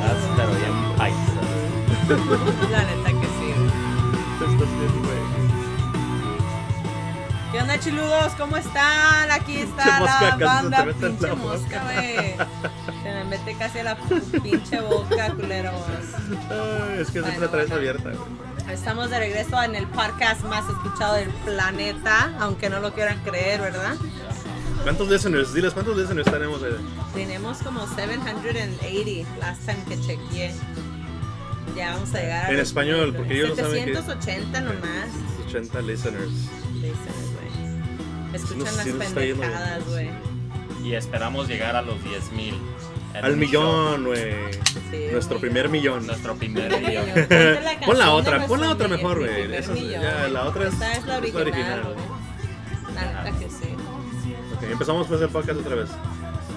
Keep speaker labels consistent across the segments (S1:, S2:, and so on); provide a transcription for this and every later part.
S1: Ah,
S2: Haz, pero bien. Ay,
S3: La neta que sí, güey.
S2: te estás bien, güey.
S3: ¿Qué onda, chiludos? ¿Cómo están? Aquí está
S2: Pinche mosca,
S3: la
S2: casi se te
S3: banda.
S2: mete en
S3: Pinche
S2: la
S3: mosca, güey. Se me mete casi a la pinche boca, culeros.
S2: Ay, es que siempre
S3: Bueno,
S2: la traes
S3: bueno.
S2: abierta, güey.
S3: Estamos de regreso en el podcast más escuchado del planeta, aunque no lo quieran creer, ¿verdad?
S2: ¿Cuántos listeners? Diles, ¿cuántos listeners tenemos ahí?
S3: Tenemos como 780 last time que chequeé. Ya vamos a llegar a
S2: En
S3: los
S2: español, porque ellos no saben que-
S3: 780 nomás.
S2: 80 listeners.
S3: Dicen, güey. Escuchan
S2: Nos-
S3: las
S2: sí nos está yendo
S3: pendejadas, güey.
S1: Y esperamos llegar a los 10.000 mil.
S2: Al millón, güey.
S3: Sí,
S2: Nuestro
S3: un
S2: primer millón.
S1: Nuestro primer
S3: millón.
S1: millón.
S3: Ponte la
S2: Pon la
S3: canción
S2: otra,
S3: de
S2: pon la
S3: nuestro
S2: otra mejor,
S3: primer
S2: güey. Esa es-
S3: millón.
S2: ya, la otra es-
S3: Esta es la
S2: es la
S3: original.
S2: original,
S3: güey. La neta que sí.
S2: Ok, empezamos pues el podcast otra vez.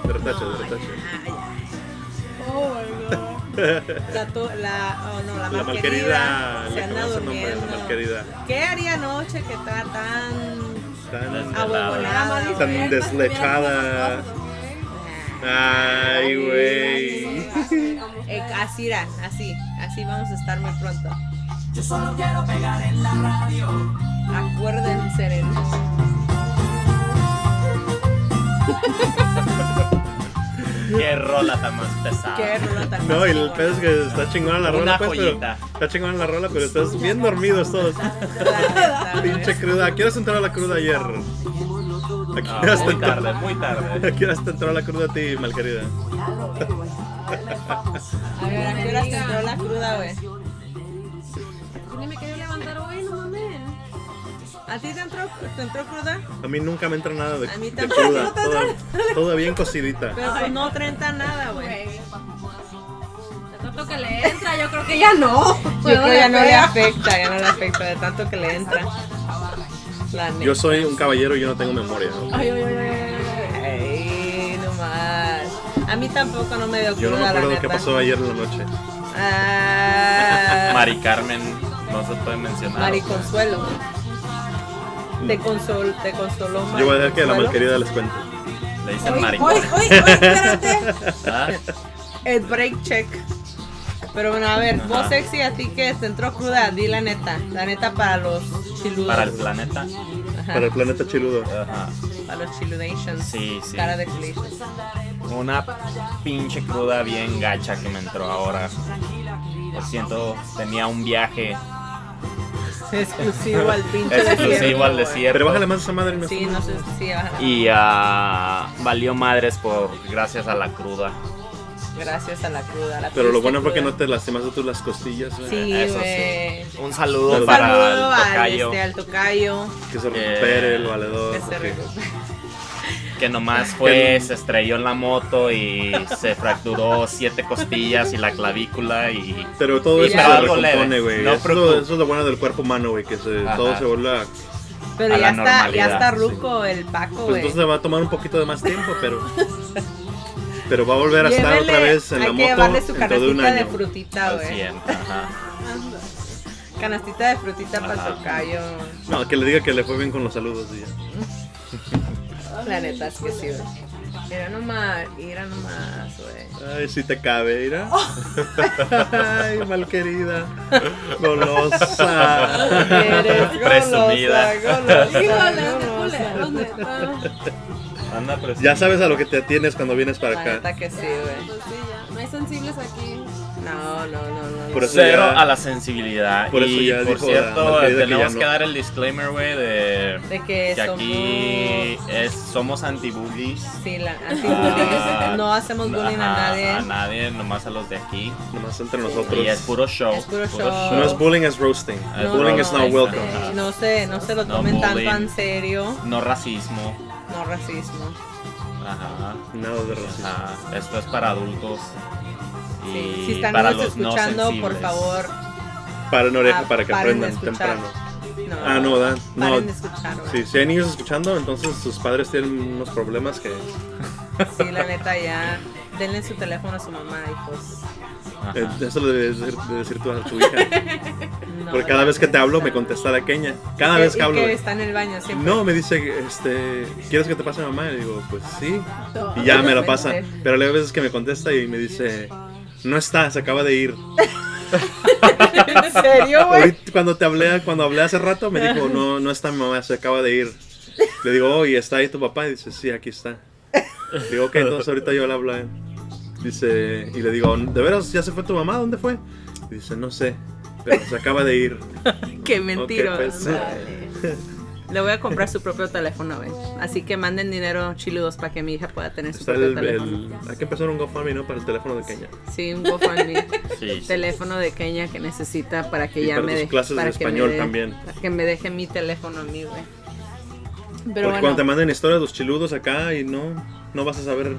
S2: De retache, de
S3: No,
S2: retache.
S3: ya, ya. Oh my god. La, to- la, oh, no, la, malquerida,
S2: La malquerida,
S3: se
S2: le
S3: anda
S2: conoce el nombre de la
S3: durmiendo.
S2: malquerida.
S3: ¿Qué haría anoche que está tan
S2: Tan-
S1: Ah, bueno.
S3: abuelonada? Ah.
S2: Tan
S3: güey?
S2: deslechada. Ay, güey.
S3: Eh, así irá, así, así vamos a estar muy pronto.
S4: Yo solo quiero pegar en la radio.
S3: Acuérdense de eso.
S1: Qué rola tan más pesada.
S4: Ah.
S3: Qué rola tan
S2: No, y el
S3: chingona.
S2: pedo es que está chingona la
S1: Una
S2: rola, pues, pero,
S1: joyita.
S2: está chingona la rola, pero estás bien dormidos todos.
S3: La neta, güey.
S2: Pinche cruda. ¿Quieres entrar a la cruda ayer? Aquí
S1: No,
S2: hasta
S1: Ah, muy
S2: entrar.
S1: tarde, muy tarde.
S2: Aquí hasta entró la cruda a ti, malquerida.
S3: A ver, ¿a qué hora te entró la cruda, güey?
S5: Ni me quería levantar hoy, no mames.
S3: ¿A ti te entró, te entró cruda?
S2: A mí nunca me entra nada de,
S3: A mí
S2: de
S3: tampoco.
S2: cruda. Toda, toda bien cocidita.
S3: Pero pues no trenta nada, güey.
S5: De tanto Pues, que le entra, yo creo que ya no. Pues,
S3: Yo creo que ya no le afecta, ya no le afecta de tanto que le entra. La neta.
S2: Yo soy un caballero y yo no tengo memoria.
S5: Ay, ay, ay, ay, ay.
S3: Ay, no más. A mí tampoco no me dio cruda,
S2: Yo no me
S3: Ah, la
S2: acuerdo
S3: neta.
S2: qué pasó ayer en la noche.
S3: Ah,
S1: Mari Carmen no se puede mencionar.
S3: Mari Consuelo.
S1: Mm.
S3: Te, consol, te consoló Mari
S2: Yo voy a dejar que la
S3: Consuelo.
S2: malquerida les cuente.
S1: Le
S3: Oy,
S1: dicen Mari
S3: oy,
S1: Carmen,
S3: oy, oy, espérate.
S1: ¿ah?
S3: El break check. Pero bueno, a ver,
S1: Ajá.
S3: vos sexy a ti que te entró cruda, di la neta. La neta para los chiludos.
S1: Para el planeta.
S3: Ajá,
S2: Para el planeta chiludo.
S1: Ajá.
S3: para los chiludations.
S1: Sí, sí.
S3: Cara de chiludations.
S1: Una pinche cruda bien gacha que me entró ahora. Lo siento, tenía un viaje
S3: Exclusivo al pinche
S1: exclusivo al
S3: güey.
S1: desierto.
S2: Pero bájale más esa madre. mi
S3: Sí, no sé si sí,
S1: Y ah, valió madres por gracias a la cruda.
S3: gracias a la cruda. la
S2: Pero lo
S3: triste
S2: bueno fue que
S3: cruda.
S2: no te lastimaste tú las costillas, güey.
S3: Sí,
S1: Eso sí.
S3: güey.
S1: Un saludo
S2: Saludo.
S1: para
S3: Saludo
S1: el
S3: al,
S1: tocayo.
S3: este, al tocayo.
S2: Que
S1: Eh,
S2: se recupere el valedor.
S3: Que se
S2: porque-
S3: recupere.
S1: Que nomás fue, se estrelló en la moto y se fracturó siete costillas y la clavícula y...
S2: Pero todo
S3: Y
S2: eso
S3: ya.
S2: se
S1: Algo
S2: recompone,
S1: leve.
S2: güey.
S1: No
S2: eso, es lo-
S1: preocup-
S2: eso es lo bueno del cuerpo humano, güey. Que se-
S1: Ajá.
S2: todo se vuelve a...
S3: Pero
S1: A
S3: ya
S1: la
S3: está, ya
S1: normalidad,
S3: está
S1: sí.
S3: ruco el Paco,
S2: Pues
S3: güey.
S2: entonces le va a tomar un poquito de más tiempo, pero... Pero va a volver a estar
S3: Llévele-
S2: otra vez en la
S3: hay que
S2: moto
S3: llevarle su
S2: dentro de un
S3: canastita de
S2: año.
S3: frutita,
S1: al
S3: güey.
S1: 100, ajá.
S3: Canastita de frutita para
S1: Ajá.
S3: el tocayo.
S2: No, que le diga que le fue bien con los saludos. y ya.
S3: La neta es que sí, güey. Era nomás, era nomás, güey.
S2: Ay, si te cabe, mira.
S3: Oh.
S2: Ay, malquerida. Golosa.
S3: Eres
S1: Presumida. ¿eh?
S3: golosa, golosa,
S5: Híjole, ¿dónde,
S3: golosa.
S5: Jule? ¿Dónde? Ah,
S1: Anda, pues,
S2: Ya sabes a lo que te atienes cuando vienes para
S3: La neta
S2: acá.
S3: que sí, güey.
S5: pues sí, ya. No hay sensibles aquí.
S3: No, no, no, no.
S2: Por
S3: no.
S2: eso
S1: Cero
S2: ya-
S1: a la sensibilidad.
S2: por eso
S1: y
S2: ya
S1: por
S2: dijo la
S1: cierto,
S2: Margarita que
S1: tenemos
S2: ya
S1: que,
S2: no.
S1: dar el disclaimer, güey, de
S3: De que,
S1: que
S3: somos...
S1: aquí es, somos anti-bullies.
S3: Sí, la, anti
S1: Ah,
S3: no hacemos
S1: ajá,
S3: bullying a nadie.
S1: A nadie, nomás a los de aquí.
S2: Nomás entre
S1: Y es
S2: nosotros.
S1: puro Ah, show.
S3: Es puro show.
S2: No es bullying, es roasting.
S1: No,
S2: bullying
S1: no,
S2: is not
S3: este,
S2: welcome.
S1: Ajá.
S3: No se, no se lo
S1: No
S3: tomen tanto
S1: bullying.
S3: en serio.
S1: No racismo.
S3: No racismo.
S1: Ajá.
S2: Nada de racismo.
S1: Ajá, esto es para adultos. Y
S3: Sí, si están
S1: para
S3: nos
S1: los no
S3: escuchando, por
S1: sensibles.
S3: favor.
S2: Paren oreja para que
S3: Ah, paren de
S2: aprendan
S3: escuchar.
S2: temprano.
S3: No,
S2: Ah, no, ¿verdad? No.
S3: Paren de escuchar, güey.
S2: Sí, si hay niños escuchando, entonces sus padres tienen unos problemas que eh,
S3: pues, Sí, la neta, ya. Denle su teléfono a su mamá, hijos.
S1: Ajá.
S2: Eh, Eso lo debes de- de decir tú a tu hija.
S3: No,
S2: Porque cada vez que te hablo me contesta la queña. Cada
S3: Y-
S2: vez que
S3: y
S2: hablo.
S3: que está en el baño siempre.
S2: No, me dice, este, ¿quieres que te pase mamá? Y le digo, pues sí. Y ya me la pasa. Pero luego hay veces que me contesta y me dice, no está, se acaba de ir.
S3: ¿En serio, güey?
S2: Ahorita, cuando te hablé, cuando hablé hace rato, me dijo, no, no está mi mamá, se acaba de ir. Le digo, oh, ¿y está ahí tu papá? Y dice, sí, aquí está. Le digo, ok, entonces ahorita yo le hablo a él. Dice, y le digo, ¿de veras ya se fue tu mamá? ¿Dónde fue? Y dice, no sé, pero se acaba de ir.
S3: Qué mentira.
S2: Ok, pues,
S3: Vale. Le voy a comprar su propio teléfono, güey. Así que manden dinero chiludos para que mi hija pueda tener su
S2: Está
S3: propio
S2: el,
S3: teléfono.
S2: el- hay que empezar un GoFundMe, ¿no? Para el teléfono de Kenia.
S3: Sí, un GoFundMe.
S1: Sí, sí.
S3: teléfono de Kenia que necesita para que
S2: Y
S3: ya
S2: para
S3: me
S2: tus
S3: deje.
S2: clases de
S3: para que me
S2: español
S3: dé-
S2: también.
S3: Para que me deje mi teléfono a mí, güey.
S2: Porque
S3: Pero bueno,
S2: cuando te manden historias de los chiludos acá y no, no vas a saber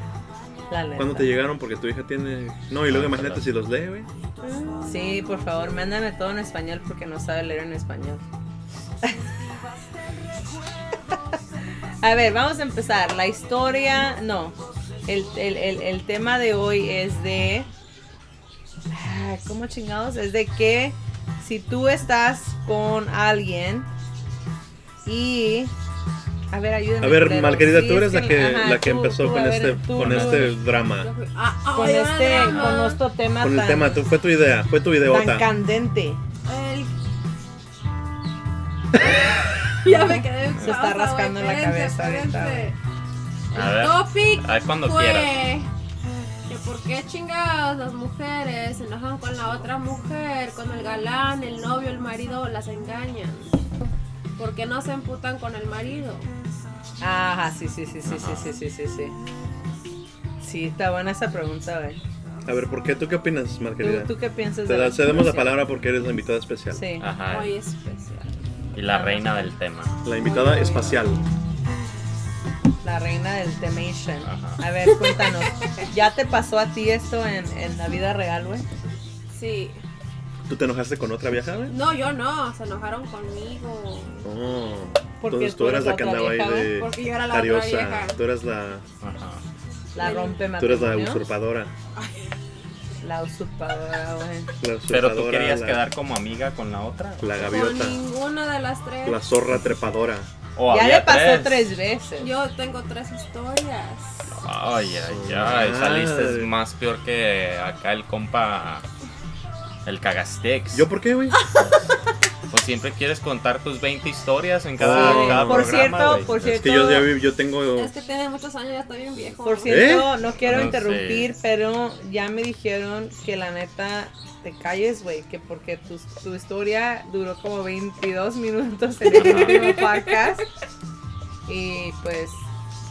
S3: la neta.
S2: cuándo te llegaron porque tu hija tiene... No, y luego
S1: Ah,
S2: imagínate
S1: claro.
S2: si los lee, güey.
S3: Sí, por favor, mándame todo en español porque no sabe leer en español. a ver, vamos a empezar. La historia, no. El, el- el- el tema de hoy es de... Ah, ¿Cómo chingados? Es de que si tú estás con alguien y... A ver, ayúdame.
S2: A ver,
S3: culero.
S2: Margarita,
S3: Sí,
S2: tú
S3: es
S2: eres la que,
S3: ajá,
S2: la que
S3: tú-
S2: empezó
S3: tú, a
S2: con,
S3: ver,
S2: este,
S3: tú,
S2: con
S3: no,
S2: este
S3: no.
S2: drama.
S5: Ah, ah,
S3: Con
S5: oigan,
S3: este,
S5: drama.
S3: con nuestro tema
S2: Con el
S3: tan-
S2: tema, tú, fue tu idea, fue tu
S3: tan
S2: ideota.
S3: candente.
S5: El- ya me quedé en
S3: Se está
S5: pausa, güey.
S3: rascando la
S5: Espérense,
S3: cabeza ahorita,
S5: espérense.
S1: A
S5: El
S1: ver,
S5: topic
S1: a ver cuando
S5: fue
S1: quieras.
S5: que por qué chingados las mujeres se enojan con la otra mujer, con el galán, el novio, el marido, las engañan. ¿Por qué no se emputan con el marido?
S3: Ajá, sí, sí, sí, sí,
S1: Ajá.
S3: sí, sí, sí, sí, sí. Sí, está buena esa pregunta, güey.
S2: A ver, ¿por qué? ¿Tú qué opinas, Margarita?
S3: ¿Tú, tú qué piensas
S2: Te
S3: de
S2: da- cedemos la
S3: situación?
S2: palabra porque eres la invitada especial.
S3: Sí.
S1: Ajá.
S5: Muy especial.
S1: Y la reina del tema.
S2: La invitada espacial.
S3: La reina del temation.
S1: Ajá.
S3: A ver, cuéntanos. ¿Ya te pasó a ti esto en, en la vida real, güey?
S5: Sí.
S2: ¿Tú te enojaste con otra vieja, güey?
S5: No, yo no, se enojaron conmigo.
S2: Oh.
S3: Porque
S2: Entonces
S3: tú
S2: tú
S3: eres
S2: eras
S3: la
S2: la que
S3: otra
S2: andaba ahí
S3: vieja, ¿no?
S2: de
S5: Porque yo era la otra
S2: cariosa.
S5: vieja.
S2: Tú eras la,
S1: Ajá.
S3: La rompe
S2: tú eras la
S3: matrimonio,
S2: usurpadora.
S3: La usurpadora, güey.
S2: La
S1: Pero tú
S2: usurpadora,
S1: querías
S2: la-
S1: quedar como amiga con la otra.
S2: La
S5: Con
S2: gaviota.
S5: ninguna de las tres.
S2: La zorra trepadora.
S1: O Oh,
S3: Ya
S1: había
S3: le pasó tres veces.
S5: Yo tengo tres historias.
S1: Ay, ay, ay. Saliste
S2: Madre.
S1: más peor que acá el compa. El cagastex.
S2: ¿Yo por qué, güey?
S1: Pues siempre quieres contar tus 20 historias en
S2: Ah,
S1: cada,
S2: Sí,
S1: cada
S3: por
S1: programa,
S3: cierto,
S1: güey.
S3: por
S2: Es
S3: cierto.
S2: que yo, ya vi- yo tengo.
S5: Es que tiene muchos años, ya está bien viejo.
S3: Por
S5: ¿no?
S3: cierto,
S2: ¿Eh?
S3: no quiero
S1: No sé.
S3: interrumpir, pero ya me dijeron que la neta te calles, güey, que porque tu, tu historia duró como 22 minutos en el
S1: Ajá.
S3: último podcast. Y pues,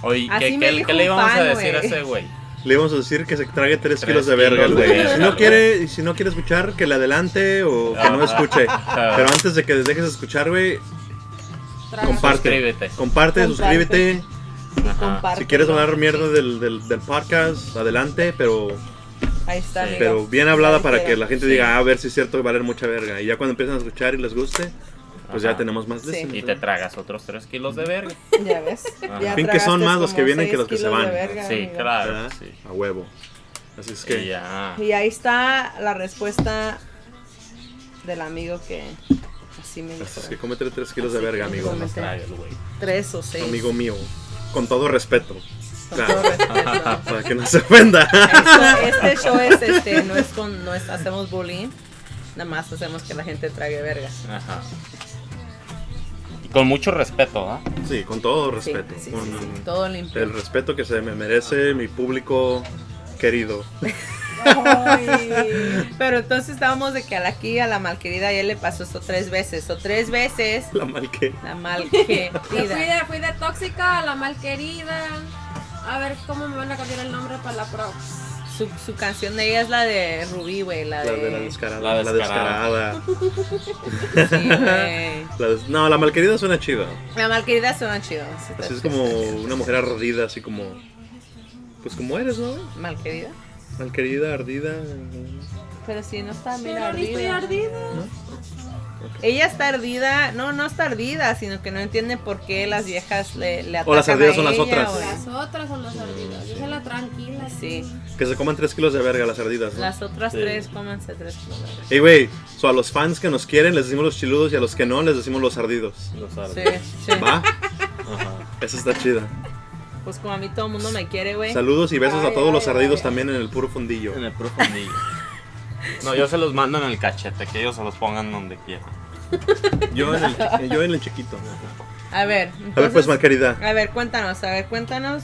S1: Oye,
S3: Así
S1: ¿qué,
S3: me
S1: qué-
S3: dijo
S1: qué le
S3: un
S1: íbamos a
S3: fan,
S1: decir a
S3: güey.
S1: ese güey?
S2: Le íbamos a decir que se trague 3
S1: Tres
S2: kilos de verga,
S1: kilos de
S2: güey.
S1: verga,
S2: Si no
S1: güey.
S2: quiere, y si no quiere escuchar, que le adelante o que no
S1: Ah.
S2: escuche. Pero antes de que dejes de escuchar, güey,
S5: Traga.
S2: Comparte.
S1: Suscríbete.
S3: Comparte.
S2: comparte, suscríbete.
S1: Ajá.
S3: comparte.
S2: Si quieres hablar mierda del, del, del podcast, adelante, pero,
S3: Ahí está,
S1: Sí.
S3: amigo.
S2: pero bien hablada
S3: Ya
S2: para que
S3: dijeron.
S2: la gente
S1: Sí.
S2: diga, "Ah, a ver si es cierto, valer mucha verga. Y ya cuando empiezan a escuchar y les guste, pues ya
S1: Ajá.
S2: tenemos más
S3: Sí.
S2: listeners,
S1: Y te
S2: güey.
S1: tragas otros 3 kilos de verga.
S3: Ya ves.
S1: Ajá.
S3: Ya
S1: En
S2: fin, que son
S3: tragaste
S2: más los que
S3: como
S2: vienen que
S3: seis
S2: los que se
S3: kilos de
S2: van.
S3: verga,
S1: Sí,
S3: amigo.
S1: claro.
S2: ¿Verdad?
S1: Ah, Sí.
S2: A huevo. Así es
S1: Y
S2: que.
S1: ya.
S3: Y ahí está la respuesta del amigo que así me dijo.
S2: Así es que cómete 3 kilos de
S3: Así
S2: verga,
S3: que
S2: amigo.
S3: cómete.
S1: Tragas, güey.
S3: Tres o seis.
S2: Amigo mío. Con todo respeto.
S3: Con
S2: claro.
S3: todo respeto.
S2: Para que no se ofenda.
S3: Esto- este show es este, no es con, no es, hacemos bullying, nada más hacemos que la gente trague verga.
S1: Ajá. Y con mucho respeto, ¿ah?
S2: Sí, con todo
S3: Sí,
S2: respeto.
S3: sí, sí,
S2: con
S3: sí, todo limpio.
S2: El respeto que se me merece mi público querido.
S5: Ay.
S3: Pero entonces estábamos de que a la aquí a la malquerida ya le pasó esto tres veces, o tres veces
S2: La mal que.
S3: la
S5: Yo fui
S3: malquerida.
S5: de, fui de tóxica a la malquerida. A ver cómo me van a cambiar el nombre para la prox.
S3: Su, su canción de ella es la de Rubí, güey, la
S2: La de la
S3: de...
S2: descarada. La
S1: La
S2: descarada.
S1: descarada.
S3: Sí, güey.
S2: La des- no, la malquerida suena chido.
S3: La malquerida suena chido. sí,
S2: Así es
S3: está-
S2: como una mujer ardida, así como. Pues como eres, ¿no?
S3: Malquerida.
S2: Malquerida, ardida.
S3: Pero si no está, mira,
S5: Pero ni estoy
S3: ardida.
S5: ardida.
S3: Ella está ardida, no, no está ardida, sino que no entiende por qué las viejas le, le atacan
S2: O las ardidas
S3: a
S2: son las
S3: ella,
S2: otras.
S3: o
S5: Las otras son las ardidas. Yo soy la tranquila.
S3: Sí,
S2: Que se coman 3 kilos de verga las ardidas. ¿no?
S3: las otras
S1: Sí.
S3: tres, cómanse tres. kilos.
S2: Y güey, so a los fans que nos quieren les decimos los chiludos y a los que no les decimos los ardidos.
S1: Los árboles.
S3: Sí, sí.
S2: ¿Va?
S1: Ajá.
S2: Esa está chida.
S3: Pues como a mí todo el mundo me quiere, güey.
S2: Saludos y besos a
S5: Ay,
S2: todos
S5: ay,
S2: los ardidos
S5: ay.
S2: también en el puro fundillo.
S1: En el profundillo. No, yo se los mando en el cachete, que ellos se los pongan donde quieran.
S2: Yo en el, chi- yo en el chiquito.
S3: A ver,
S2: A ver, pues,
S3: entonces-
S2: Margarida.
S3: A ver, cuéntanos, a ver, cuéntanos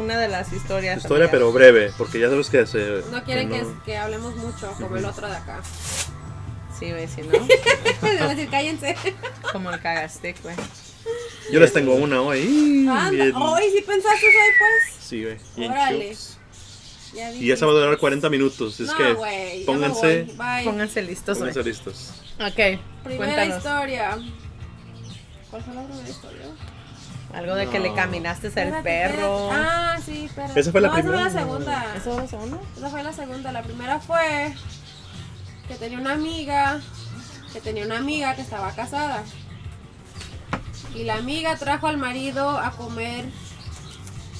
S3: una de las historias.
S2: Historia,
S3: amiga.
S2: pero breve, porque ya sabes que se.
S5: No quieren que,
S2: no-
S5: que hablemos mucho, como el otro de acá.
S3: Sí, güey, si no,
S5: Van a decir, cállense.
S3: como el cagaste, güey.
S2: Yo les tengo una hoy. Ih,
S5: Anda.
S2: bien.
S5: Hoy sí pensaste hoy, pues.
S2: Sí, güey.
S1: Bien
S5: Órale.
S1: chups.
S5: Ya dije.
S2: Y esa va a durar 40 minutos. Es
S5: no,
S2: que
S5: güey, ya
S2: pónganse,
S5: me voy. Bye.
S3: Pónganse listos, güey.
S2: pónganse listos.
S3: Ok,
S5: Primera
S3: cuéntanos.
S5: historia. ¿Cuál fue la primera historia?
S3: Algo de que le
S1: No.
S3: caminaste al
S5: Espérate,
S3: perro.
S5: espérate. Ah, sí, pero.
S2: Esa fue la
S5: no,
S2: primera.
S5: Esa fue la segunda.
S3: ¿Eso fue lo segundo?
S5: Esa fue la segunda. La primera fue que tenía una amiga, que tenía una amiga que estaba casada. Y la amiga trajo al marido a comer.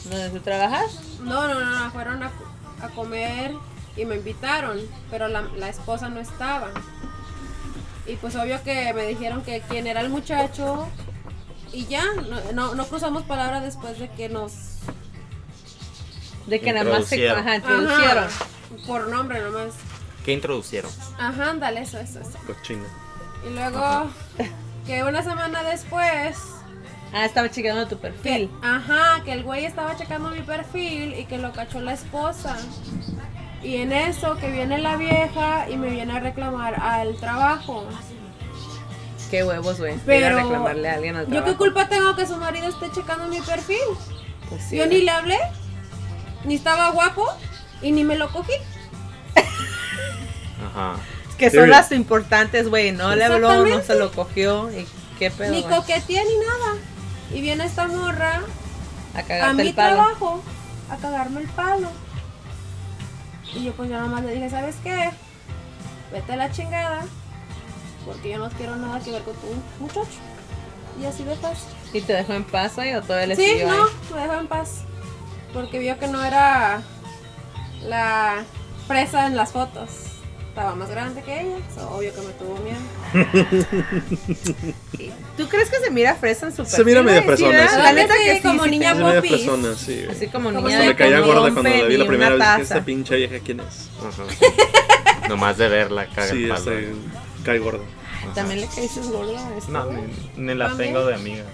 S3: ¿Dónde tú trabajas?
S5: No, no, no, no, fueron a, a comer y me invitaron, pero la, la esposa no estaba. Y pues obvio que me dijeron que quién era el muchacho y ya, no, no, no cruzamos palabras después de que nos
S3: De que nada más se
S1: Introducieron.
S3: ajá, introducieron.
S5: Ajá, por nombre nomás.
S1: ¿Qué introducieron?
S5: Ajá, ándale, eso, eso, eso.
S2: Cochina.
S5: Y luego, que una semana después,
S3: Ah, estaba chequeando tu
S5: que-
S3: perfil.
S5: ajá, que el güey estaba checando mi perfil y que lo cachó la esposa. Y en eso que viene la vieja y me viene a reclamar al trabajo.
S3: Qué huevos, güey. ir a
S5: Pero
S3: reclamarle a alguien al
S5: yo qué
S3: trabajo.
S5: culpa tengo que su marido esté checando mi perfil.
S3: Pues sí,
S5: yo
S3: güey.
S5: ni le hablé, ni estaba guapo y ni me lo cogí.
S1: Ajá.
S3: Que son las importantes, güey. No le habló, no
S5: Exactamente.
S3: se lo cogió. ¿Y qué pedo?
S5: ni
S3: güey?
S5: coqueteé ni nada. Y viene esta morra
S3: A
S5: a
S3: cagarte
S5: mi
S3: el palo.
S5: trabajo a cagarme el palo. Y yo pues yo nomás le dije, ¿sabes qué? Vete a la chingada, porque yo no quiero nada que ver con tu muchacho. Y así de paz.
S3: ¿Y te dejó en paz, güey? ¿O todavía le
S5: Sí,
S3: siguió ahí?
S5: no, me dejó en paz. Porque vio que no era la presa en las fotos. Estaba más grande que ella, so, obvio que me tuvo miedo.
S3: ¿Tú crees que se mira fresa en su
S2: Se mira
S3: perfil,
S2: medio
S3: güey? Sí,
S2: fresona,
S3: ¿verdad?
S2: sí.
S3: La neta
S5: Sí,
S3: que sí,
S5: como
S3: sí te-
S5: niña
S2: Es media
S5: popis.
S2: persona, sí. güey.
S3: Así como
S5: Como
S3: niña
S5: se
S3: de
S2: Me caía
S3: con
S2: gorda
S3: rompe
S2: cuando la vi
S3: ni
S2: la
S3: una
S2: primera vez. este Dije,
S3: taza.
S2: esta pinche vieja, ¿quién es?
S1: Ajá. Nomás de verla, caga
S2: Sí,
S1: el palo.
S2: esta cae gorda.
S1: Ajá.
S3: También le caíste gorda a este,
S1: No,
S3: güey?
S1: ni, ni la tengo de amiga.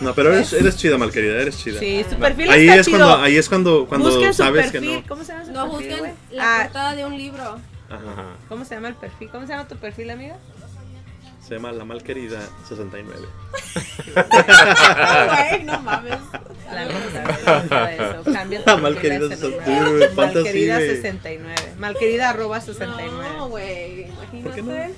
S2: No, pero eres, eres chida, malquerida, eres chida.
S3: Sí, su perfil
S2: Ahí
S3: está
S2: es,
S3: chido.
S2: cuando, ahí es cuando, cuando
S3: Busquen su
S2: sabes que
S3: perfil.
S2: no.
S3: ¿Cómo se llama su
S5: No
S3: perfil, güey?
S5: busquen la
S3: Ah,
S5: portada de un libro.
S2: Ajá.
S1: Ajá.
S3: ¿Cómo se llama el perfil? ¿Cómo se llama tu perfil, amiga?
S2: Se llama La Malquerida 69.
S5: Ay, no mames.
S3: La neta, güey, la neta de eso. Cambia tu
S2: La
S3: perfil a
S2: malquerida
S3: ese nombre.
S2: 69, fantasy,
S3: Malquerida
S2: güey.
S3: 69. Malquerida arroba 69.
S5: No, güey, imagínate.
S2: ¿Por qué no?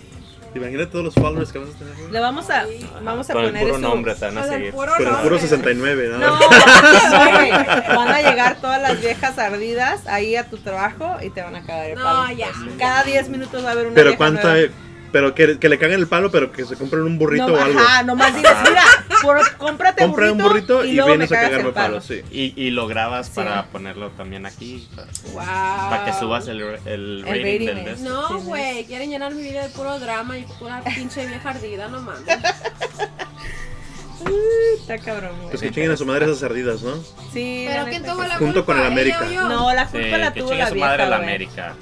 S2: Imagínate todos los followers que vas a tener.
S3: Le
S2: güey.
S3: vamos a, vamos a
S1: Con el
S3: poner
S1: puro
S3: eso.
S1: nombre te van a
S5: Con el
S1: seguir.
S5: puro
S2: Pero
S5: nombre.
S2: puro 69, nada
S3: No,
S2: más.
S3: güey, van a llegar todas las viejas ardidas ahí a tu trabajo y te van a cagar el
S5: No,
S3: palo.
S5: ya.
S3: Cada 10 minutos va a haber una
S2: Pero
S3: vieja
S2: cuánta.
S3: nueva.
S2: Pero que, que le caguen el palo, pero que se compren un burrito
S3: no,
S2: o algo.
S3: Ajá, nomás digas, mira, por- cómprate
S2: Compra un burrito y,
S3: luego me
S2: vienes a
S3: cagas el
S2: cagarme el palo, sí.
S1: Y, y lo grabas
S3: Sí.
S1: para ponerlo también aquí. Para,
S5: Wow.
S1: para que subas el, el
S3: El
S1: rating
S3: rating,
S1: del
S3: eh.
S1: de este.
S5: No, güey, quieren llenar mi vida de puro drama y pura pinche vieja ardida, no mames.
S3: Está cabrón, güey.
S2: Pues que chinguen a su madre esas ardidas, ¿no?
S3: Sí,
S5: Pero
S3: la
S5: ¿quién
S3: neta
S5: tuvo
S3: que
S5: la
S2: Junto
S5: culpa?
S2: con el
S5: ¿Ella
S2: América.
S5: o
S3: sí.
S5: yo?
S3: No, la
S1: Sí,
S3: culpa la
S1: que
S3: tuvo
S1: chingue
S3: la
S1: su
S3: vieja,
S1: madre la
S3: güey.
S1: América.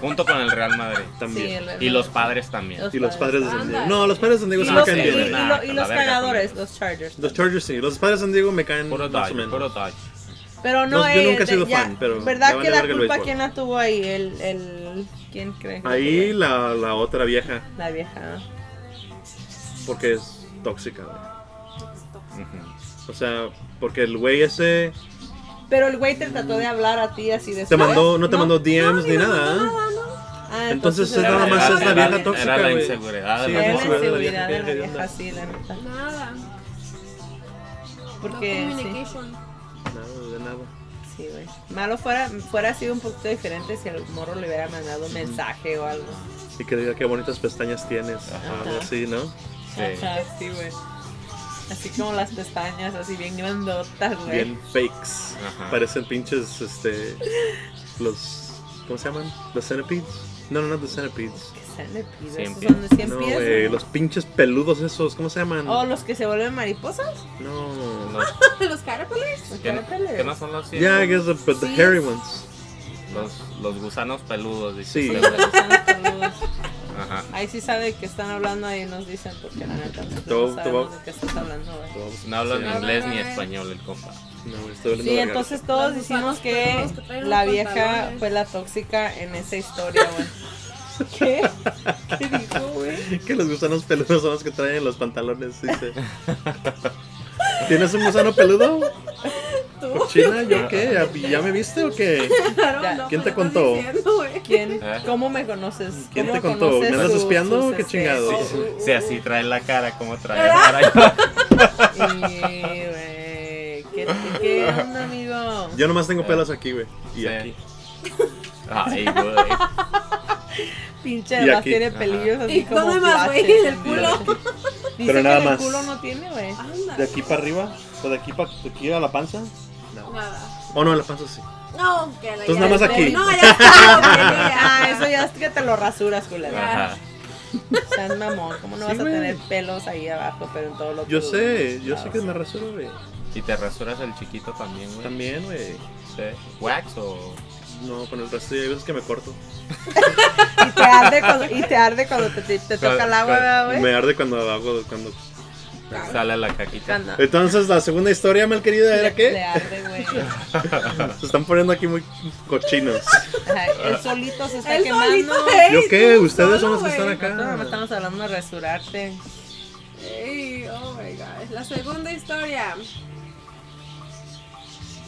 S1: Junto con el Real Madrid.
S3: Sí,
S2: También.
S3: el-
S1: Y los padres también.
S3: Los-
S2: Y los padres de San Diego.
S5: Ándale.
S2: No, los padres de San
S3: Y
S2: Diego
S3: los,
S2: se
S1: No
S2: me
S3: y-
S2: caen
S1: sé,
S3: y-
S2: bien.
S3: y
S2: eh.
S1: nada,
S3: lo- y
S1: con la
S3: los
S1: verga
S3: cagadores,
S1: también.
S3: los Chargers.
S2: Los Chargers sí, los padres de San Diego me caen
S1: Puro
S2: más o
S1: Dodge,
S2: menos.
S1: puro Dodge.
S3: Pero no,
S2: No, yo
S3: eh,
S2: nunca he
S3: de-
S2: sido
S3: ya-
S2: fan, pero me
S3: ¿Verdad
S2: vale
S3: que la
S2: verga el
S3: culpa
S2: béisbol.
S3: quién la tuvo ahí? El, el, ¿Quién cree? que
S2: Ahí
S3: fue?
S2: la, la otra vieja,
S3: La vieja. ¿no?
S2: porque es tóxica, güey.
S1: Ujú.
S2: O sea, porque el güey ese
S3: Pero el güey te trató de hablar a ti así de
S2: te mandó, no te
S3: No,
S2: mandó DMs ni
S5: me
S2: nada.
S5: mandó
S2: ¿eh?
S5: nada, no.
S3: Ah,
S2: Entonces
S3: era
S2: nada
S1: era-
S2: más es la
S1: era-
S2: vieja
S1: era
S2: tóxica.
S1: la
S2: güey.
S1: inseguridad de
S2: Sí,
S1: la
S3: Era
S2: es
S3: la
S1: vieja.
S3: inseguridad de la
S2: que-
S3: vieja, sí, la neta.
S5: Nada.
S3: Porque
S5: no
S3: sí,
S5: communication.
S2: Nada, de nada.
S3: Sí, güey. Malo fuera, fuera sido un poquito diferente si el morro le hubiera mandado un mensaje o algo.
S2: Y que diga qué bonitas pestañas tienes.
S1: Ajá.
S2: Algo así, ¿no?
S1: Sí.
S3: Ajá, sí, güey. Así como las pestañas, así bien grandotas, güey.
S2: Bien fakes.
S1: Ajá.
S2: Parecen pinches, este. Los. ¿Cómo se llaman? Los centipedes. No, no, no, los centipedes.
S3: Que sean de pies,
S1: Cien
S3: esos
S1: pies.
S3: son de cien
S2: No,
S3: pies,
S2: güey,
S3: ¿no?
S2: los pinches peludos esos, ¿cómo se llaman?
S3: O los que se vuelven mariposas.
S2: No.
S1: Los-
S5: Los caterpillars.
S3: Los
S1: ¿qué,
S3: caterpillars.
S1: qué no son los
S2: Yeah, I guess, the, but the
S3: Sí.
S2: hairy ones.
S1: Los, los gusanos peludos. dice
S2: Sí.
S3: Sí,
S1: usted.
S3: los gusanos peludos.
S1: Ajá.
S3: Ahí sí sabe que están hablando y nos dicen porque la neta nosotros
S2: Todo-
S3: no
S2: todo-
S3: sabemos de qué estás hablando. güey.
S1: No hablan
S2: Sí.
S1: inglés ni español el compa.
S2: No, güey, estoy hablando
S3: Sí,
S2: de
S3: entonces todos
S5: Los
S3: decimos
S5: gusanos
S3: que
S5: peludos que traen
S3: la
S5: unos
S3: vieja
S5: pantalones.
S3: fue la tóxica en esa historia, güey. ¿Qué? ¿Qué dijo, güey?
S2: Que los gusanos peludos son los que traen en los pantalones, dice. ¿Tienes un gusano peludo? China, ¿yo qué? ¿Ya, ya me viste o qué?
S5: Claro, no,
S2: ¿Quién te
S5: pero estás
S2: contó?
S5: diciendo, güey.
S3: ¿Quién?
S1: ¿Eh?
S3: ¿Cómo me conoces?
S2: Ah. ¿Quién
S3: ¿Cómo
S2: te contó?
S3: conoces
S2: ¿Me andas
S3: sus-
S2: espiando?
S3: sus,
S2: ¿Qué
S3: este,
S2: chingados?
S3: su-
S1: Si así trae la cara, como trae la cara?
S3: Y, güey, ¿qué, qué, qué onda, amigo?
S2: Yo nomás tengo pelos aquí, güey. Y
S1: Sí.
S2: aquí.
S1: Ay, güey.
S3: Pinche
S2: Y
S3: además
S2: aquí.
S3: tiene pelillos así
S5: ¿Y
S3: como
S5: dónde más, güey?
S3: flashes
S5: ¿En el culo?
S3: güey. Dice
S2: Pero nada
S3: que en
S2: más.
S3: el culo no tiene, güey.
S5: Anda.
S2: ¿De aquí para arriba? ¿O de aquí, para de aquí a la panza? No.
S5: Nada.
S2: Oh, no, a la panza sí.
S5: No, que la
S2: Entonces,
S5: ya
S2: nada más
S5: después-
S2: aquí.
S5: No, ya está, güey,
S3: Ah,
S5: ya.
S3: eso ya es que te lo rasuras, culera.
S1: Ajá.
S3: Seas mamón, ¿cómo no
S2: Sí,
S3: vas a
S2: güey.
S3: tener pelos ahí abajo, pero en todo lo
S2: Yo sé, yo sé que me rasuro, güey.
S1: Y te rasuras el chiquito también, güey.
S2: También, güey.
S1: Sí. ¿Wax o...?
S2: No, con el rastrillo hay veces que me corto.
S3: Y te arde cuando, y te, arde cuando te, te- te toca el agua, ¿verdad, güey.
S2: Me arde cuando hago, cuando...
S1: Sale la caquita.
S3: Cuando-
S2: Entonces, la segunda historia, mal querida,
S3: Le-
S2: ¿era
S3: Le
S2: qué?
S3: arde, güey.
S2: Se están poniendo aquí muy cochinos.
S3: Ajá, Él solito se está
S5: El
S3: quemando.
S5: solito,
S3: Nosotros
S5: eh.
S2: ¿Yo qué?
S5: tú
S2: Ustedes son
S5: solo,
S2: los que están
S5: güey.
S3: nada más
S2: acá.
S3: estamos hablando de rasurarte.
S5: Ey, oh my god. La segunda historia.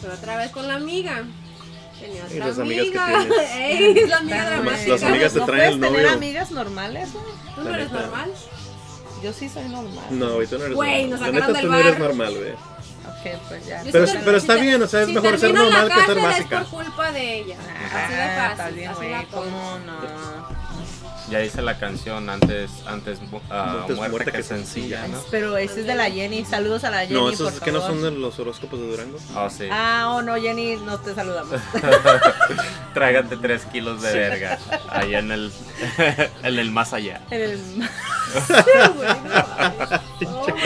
S5: Pero otra vez con la amiga. Tenía otra
S2: Y las amigas que
S5: amiga.
S2: tienes.
S5: Ey, es la amiga
S3: Las
S5: dramática.
S2: Las amigas te
S3: ¿No
S2: traen el
S3: puedes tener
S2: novio.
S3: amigas normales, güey?
S5: ¿Tú no eres
S2: La neta.
S5: normal?
S3: Yo sí soy normal.
S2: No, güey, tú no eres
S5: Güey,
S2: normal.
S5: nos
S2: La
S5: sacaron
S2: neta,
S5: del
S2: tú no eres
S5: bar.
S2: normal, güey.
S3: Ok, pues ya.
S5: Yo
S2: Pero,
S5: sí te-
S2: pero está
S5: si te-
S2: bien, o sea, es
S5: si
S2: mejor ser
S5: termino en la
S2: normal que ser
S5: cárcel
S2: básica.
S5: Es por culpa de ella. Así de
S3: Ah, está
S5: fácil.
S3: bien,
S5: así
S3: güey.
S5: la pongo.
S3: ¿Cómo no?
S1: Ya dice la canción antes, antes, mu- ah,
S2: Antes
S1: muerta que, sencilla, ¿no?
S3: Pero ese es de la Jenny. Saludos a la Jenny.
S2: No, esos
S3: por
S2: que no
S3: favor.
S2: son de los horóscopos de Durango.
S1: Oh, sí.
S3: Ah, oh no, Jenny, no te saludamos.
S1: Trágate tres kilos de verga. Allá en el, en el más allá.
S3: En el-
S5: Sí, güey, no, ay. Oh, my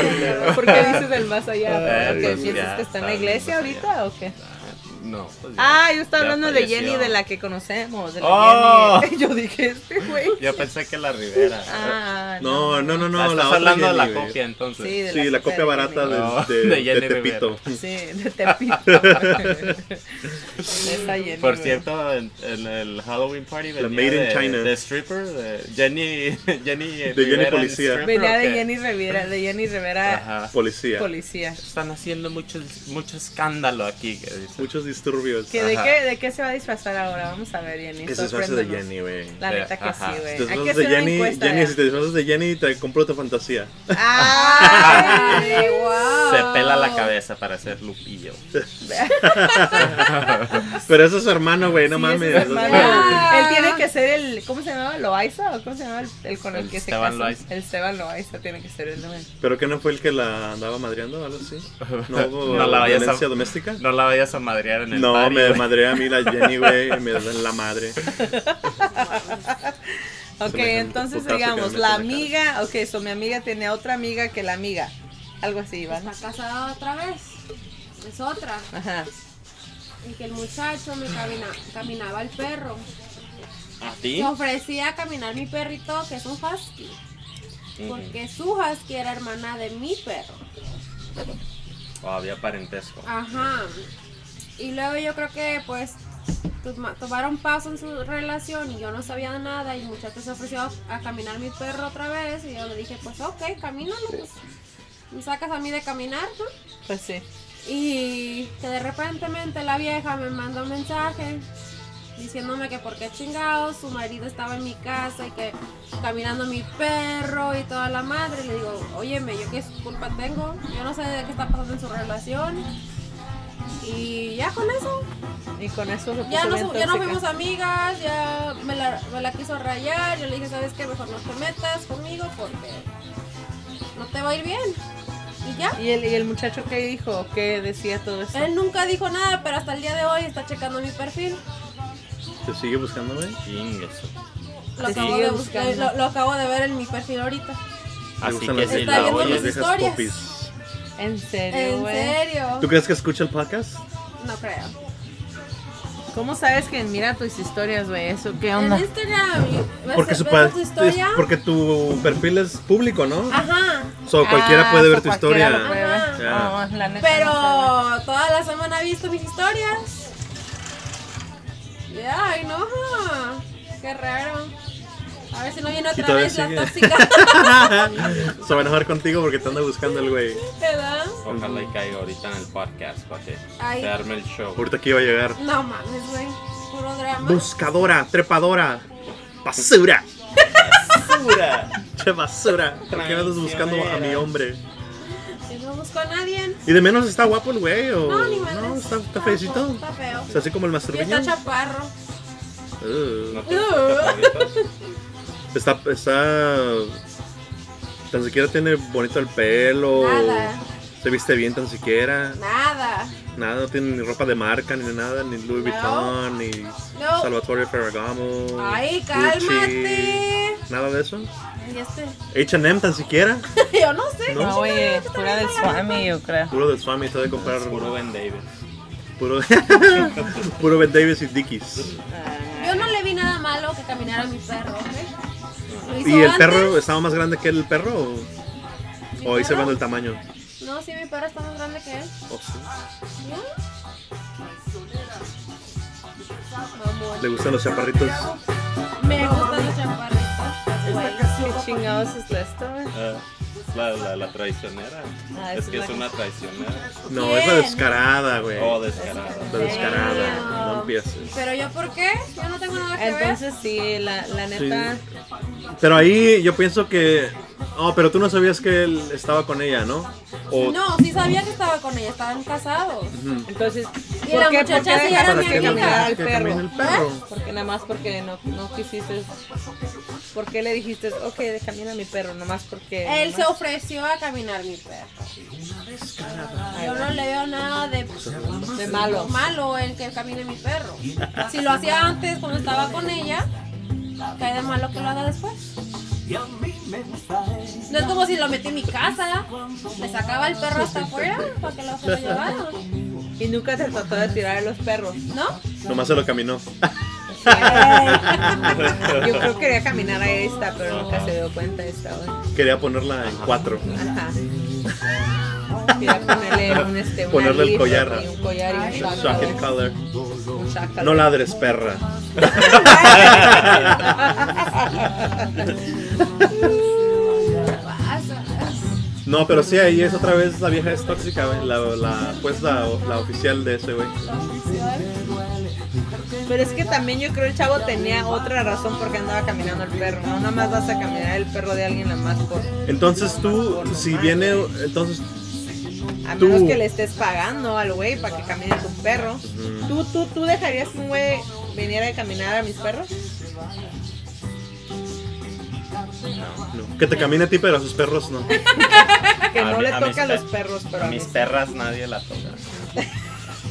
S5: God.
S3: ¿Por qué dices del más allá?
S1: Ah,
S3: ¿Porque
S1: pues
S3: piensas
S1: ya,
S3: que está en
S1: está
S3: la
S1: en el
S3: iglesia
S2: pues
S1: más allá.
S3: ahorita o qué?
S1: No. pues ya.
S3: Ah, yo estaba
S1: Ya
S3: hablando de
S1: falleció.
S3: Jenny, de la que conocemos. De la
S1: Oh.
S3: Jenny. Yo dije, este güey.
S1: Yo pensé que la Rivera.
S3: Ah,
S2: No, no, no, no.
S1: Ah,
S2: la
S1: Estás
S2: otra
S1: hablando de
S2: Jenny,
S1: la
S2: güey.
S1: copia entonces.
S3: Sí, de
S2: Sí, la copia
S3: Jenny.
S2: barata de,
S1: No,
S2: de-
S1: de
S2: de
S1: Jenny
S2: Tepito.
S3: Sí, de Tepito. Esa Jenny.
S1: Por
S3: güey.
S1: cierto, en, en el Halloween party venía
S2: Made in
S1: de,
S2: China.
S1: de stripper, de Jenny, Jenny
S2: Jenny
S1: Rivera en
S2: Policía.
S1: stripper,
S3: Venía
S1: ¿o
S3: de
S1: qué?
S3: Jenny Rivera, de Jenny Rivera
S1: Ajá.
S2: Policía.
S3: policía.
S1: Están haciendo mucho, mucho escándalo aquí. que dice.
S2: Muchos disturbios.
S3: ¿Que de,
S1: Ajá.
S3: qué, ¿De qué se va a disfrazar ahora? Vamos a ver, Jenny.
S2: Que se disfrace de
S3: sorpréndenos.
S2: Jenny, güey.
S3: La neta que
S1: Ajá.
S3: sí, güey.
S2: Si
S3: Hay que
S2: te disfrazas
S3: hacer
S2: de
S3: una
S2: Jenny,
S3: encuesta, eh.
S2: Jenny,
S3: ya.
S2: si te disfrazas de Jenny, te compro tu fantasía.
S5: Oh
S3: ¡Ay!
S5: Wow.
S1: Se pela la cabeza para hacer Lupillo.
S2: Pero eso es su hermano, güey, no
S3: Sí,
S2: mames.
S3: ese es su hermano.
S5: Ah.
S3: Él tiene que ser el. ¿Cómo se llamaba? ¿Loaiza? ¿O cómo se llamaba el, el con el,
S1: El
S3: que
S1: Esteban
S3: se casó?
S1: Loaiza.
S3: El Esteban Loaiza tiene que ser el nombre.
S2: Pero que no fue el que la andaba madreando o algo así. No hubo
S1: No la vayas a-
S2: violencia doméstica.
S1: No la vayas a madrear en el
S2: No,
S1: party,
S2: me
S1: güey.
S2: madre a mí la Jenny, güey, me da la madre.
S3: Ok,
S2: Semejante
S3: entonces
S2: putazo que
S3: digamos,
S2: me
S3: la
S2: mete en
S3: amiga. Ok, so mi amiga tenía otra amiga que la amiga. Algo así, ¿vale?
S5: Está casada otra vez. Es otra.
S3: Ajá.
S5: Y que el muchacho me camina- caminaba el perro.
S1: ¿A ti?
S5: Me ofrecía a caminar mi perrito, que es un husky. Porque su husky era hermana de mi perro.
S1: Oh, había parentesco.
S3: Ah.
S5: Ajá. Y luego yo creo que pues toma- tomaron paso en su relación y yo no sabía nada y el muchacho se ofreció a, a caminar mi perro otra vez y yo le dije pues ok, camínalo. Pues, me sacas a mí de caminar, ¿no?
S3: Pues sí.
S5: Y que de repente la vieja me manda un mensaje diciéndome que por qué chingados su marido estaba en mi casa y que caminando mi perro y toda la madre. Le digo, óyeme, ¿yo qué culpa tengo? Yo no sé de qué está pasando en su relación. Y ya con eso,
S3: Y con eso se
S5: ya
S3: puso
S5: nos,
S3: bien
S5: ya nos
S3: tóxica.
S5: fuimos amigas, ya me la, me la quiso rayar, yo le dije, ¿sabes qué? Mejor no te metas conmigo porque no te va a ir bien. Y ya,
S3: ¿Y el, y el muchacho que dijo, que decía todo eso.
S5: él nunca dijo nada, pero hasta el día de hoy está checando mi perfil.
S2: ¿Te sigue buscando, güey?
S1: Chingue su-
S5: Lo,
S3: Te
S5: acabo
S3: sigue
S5: de, buscar-
S3: buscando.
S5: lo- lo acabo de ver en mi perfil ahorita.
S1: Así
S2: gustan
S1: que
S2: las-
S1: si
S5: Está
S1: la
S5: viendo
S2: las
S5: mis
S1: oyes,
S2: viejas
S5: historias.
S2: popis.
S3: En serio,
S5: ¿En
S3: güey.
S5: serio?
S2: ¿Tú crees que escucha el podcast?
S5: No creo.
S3: ¿Cómo sabes que mira tus historias, güey? ¿Eso qué onda?
S5: En Instagram, y- ves,
S2: Porque, su
S5: ves
S2: pa-
S5: tu
S2: es-
S5: historia. Ah.
S2: porque tu perfil es público, ¿no?
S5: Ajá.
S2: So, cualquiera
S3: Ah,
S2: puede ver
S3: so
S2: tu
S3: cualquiera
S2: historia.
S3: lo puede ver.
S2: Ajá.
S3: No, la neta
S5: Pero
S3: no sabe.
S5: toda la semana ha visto mis historias. Ya, ay no. Qué raro. A ver si no viene
S2: Y
S5: otra
S2: todavía
S5: vez
S2: sigue.
S5: la tóxica.
S2: Se va a enojar contigo porque te anda buscando el güey.
S5: ¿Verdad?
S1: ojalá y caiga ahorita en el podcast para que
S5: Ay.
S1: se arme el show.
S2: Ahorita aquí va a llegar.
S5: No mames, güey. Puro drama.
S2: Buscadora, trepadora, basura. Basura. che basura. ¿Por qué andas buscando a mi hombre?
S5: Si no busco a nadie.
S2: Y de menos está guapo el güey. O...
S5: No, ni madres.
S2: No, está, está
S5: Tampoco,
S2: feicito.
S5: Está feo.
S2: O sea, así como el
S5: Y está
S2: masturbiñón.
S5: chaparro.
S2: Uh,
S1: ¿No te gusta, Carlitos?
S2: está, está. Tan siquiera tiene bonito el pelo.
S5: Nada.
S2: Se viste bien, tan siquiera.
S5: Nada.
S2: Nada, no tiene ni ropa de marca, ni nada, ni Louis
S5: No.
S2: Vuitton, ni
S5: No.
S2: Salvatore Ferragamo.
S5: Ay,
S2: Gucci,
S5: cálmate.
S2: Nada de eso.
S5: Y este.
S2: HM tan siquiera.
S5: Yo no sé.
S2: No.
S3: No, oye, fuera del Swami, yo creo.
S2: Puro del Swami, está de comprar
S1: Puro Ben Davis.
S2: puro, puro Ben Davis y Dickies.
S5: Yo no le vi nada malo que caminara mi perro, ¿ok? Lo hizo
S2: ¿Y el
S5: antes.
S2: perro estaba más grande que el perro? ¿O,
S5: Mi
S2: o ahí se
S5: perro-
S2: van del tamaño?
S5: No, sí, mi perro está más grande que él.
S2: Oh, sí.
S5: ¿Ya?
S2: Le gustan los chaparritos.
S5: Me gustan los chaparritos. güey.
S3: ¿Qué chingados es esto, güey?
S1: Ah, la, la, la traicionera.
S3: Ah,
S1: es
S3: esa
S1: que
S3: es
S1: es
S3: la-
S1: una traicionera.
S2: No, es la
S5: Bien.
S2: descarada, güey.
S1: Oh, descarada.
S2: La descarada. No empieces.
S5: Pero yo, ¿por qué? Yo no tengo nada que
S3: Entonces sí, la, la neta,
S2: Pero ahí yo pienso que. Oh, pero tú no sabías que él estaba con ella, ¿no? O
S5: ver. No, sí sabía que estaba con ella, estaban casados.
S3: entonces,
S5: Y
S3: ¿por
S5: la
S3: qué?
S5: muchacha
S3: ¿Por qué
S5: sí
S3: dejaste
S5: era mi
S3: que
S5: amiga.
S3: caminara al
S2: Mm. Que camine el
S3: perro?
S2: perro.
S3: Porque nada más porque no, no quisiste, ¿por qué le dijiste, ok, de camina mi perro? Nomás porque...
S5: Él se ofreció a caminar mi perro. Yo no le veo nada de,
S3: De malo.
S5: malo en que camine mi perro. Si lo hacía antes cuando estaba con ella, cae de malo que lo haga después. No es como si lo metí en mi casa, le sacaba el perro hasta afuera para que lo se lo llevara.
S3: Y nunca te trató de tirar a los perros.
S5: ¿No?
S2: ¿Eh? Nomás se lo caminó.
S3: Yo creo que quería caminar a esta, pero nunca se dio cuenta de esta. güey.
S2: Quería ponerla en cuatro.
S3: Ajá. Quería ponerle un este, una
S2: Ponerle el
S3: lija
S2: collar.
S3: y un collar y un
S2: Shocking
S3: chácalo,
S2: color.
S3: un chácalo.
S2: No ladres, perra. No, pero sí, ahí es otra vez la vieja es tóxica, güey. La, la, pues la, la oficial de ese, güey.
S3: Pero es que también yo creo el chavo tenía otra razón por qué andaba caminando el perro. No, nada más vas a caminar el perro de alguien nada más por.
S2: Entonces tú, si viene, entonces
S3: A
S2: Tú.
S3: menos que le estés pagando al güey para que camine tu perro. ¿Tú, tú, ¿Tú dejarías que un güey viniera a caminar a mis perros?
S2: no. que te camine a ti, pero a sus perros no.
S3: Que
S1: A
S3: no
S1: mi-
S3: le
S1: a mis
S3: toca a los
S1: per-
S3: perros, pero
S1: A mis perras nadie la toca.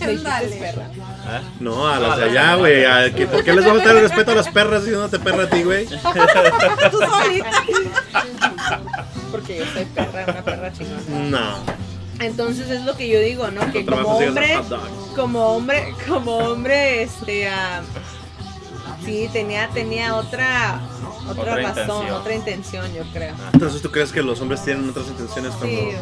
S3: Le dijiste
S5: Ándale.
S3: perra.
S1: ¿Ah?
S2: No, a las de allá, güey. a- que- ¿Por qué les va a faltar el respeto a las perras si no te perra a ti, güey?
S3: Tú solita. Porque yo soy perra, una perra chingona.
S2: No.
S3: Entonces es lo que yo digo, ¿no? Que
S2: Con trabajo
S3: como
S2: sigues
S3: hombre,
S2: al hot dog.
S3: como hombre, como hombre, este, ah, sí, tenía, tenía otra, otra,
S1: Otra
S3: razón,
S1: intención.
S3: otra intención, yo creo.
S2: Entonces tú crees que los hombres tienen otras intenciones
S3: Sí,
S2: cuando.
S3: güey.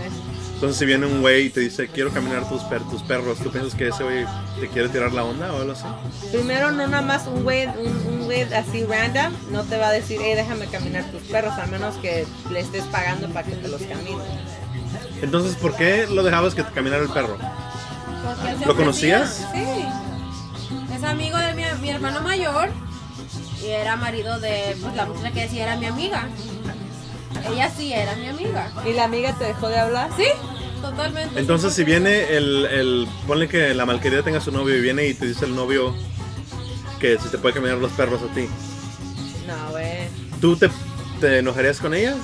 S2: Entonces si viene un güey y te dice quiero caminar tus, per- tus perros, ¿tú piensas que ese güey te quiere tirar la onda o algo así?
S3: Primero, no nada más un güey, un, un güey así random, no te va a decir, hey, déjame caminar tus perros, al menos que le estés pagando para que te los camine.
S2: Entonces, ¿por qué lo dejabas que te caminara el perro?
S5: Porque él se
S2: ¿Lo
S5: ofrecía.
S2: conocías?
S5: Sí. Es amigo de mi, mi hermano mayor y era marido de pues, la muchacha que decía era mi amiga. Ella sí era mi amiga.
S3: ¿Y la amiga te dejó de hablar?
S5: ¿Sí? Totalmente.
S2: Entonces, si
S5: 100%.
S2: viene el, el. Ponle que la malquerida tenga su novio y viene y te dice el novio que si te puede caminar los perros a ti,
S3: No, güey.
S2: ¿tú te, te enojarías con ella?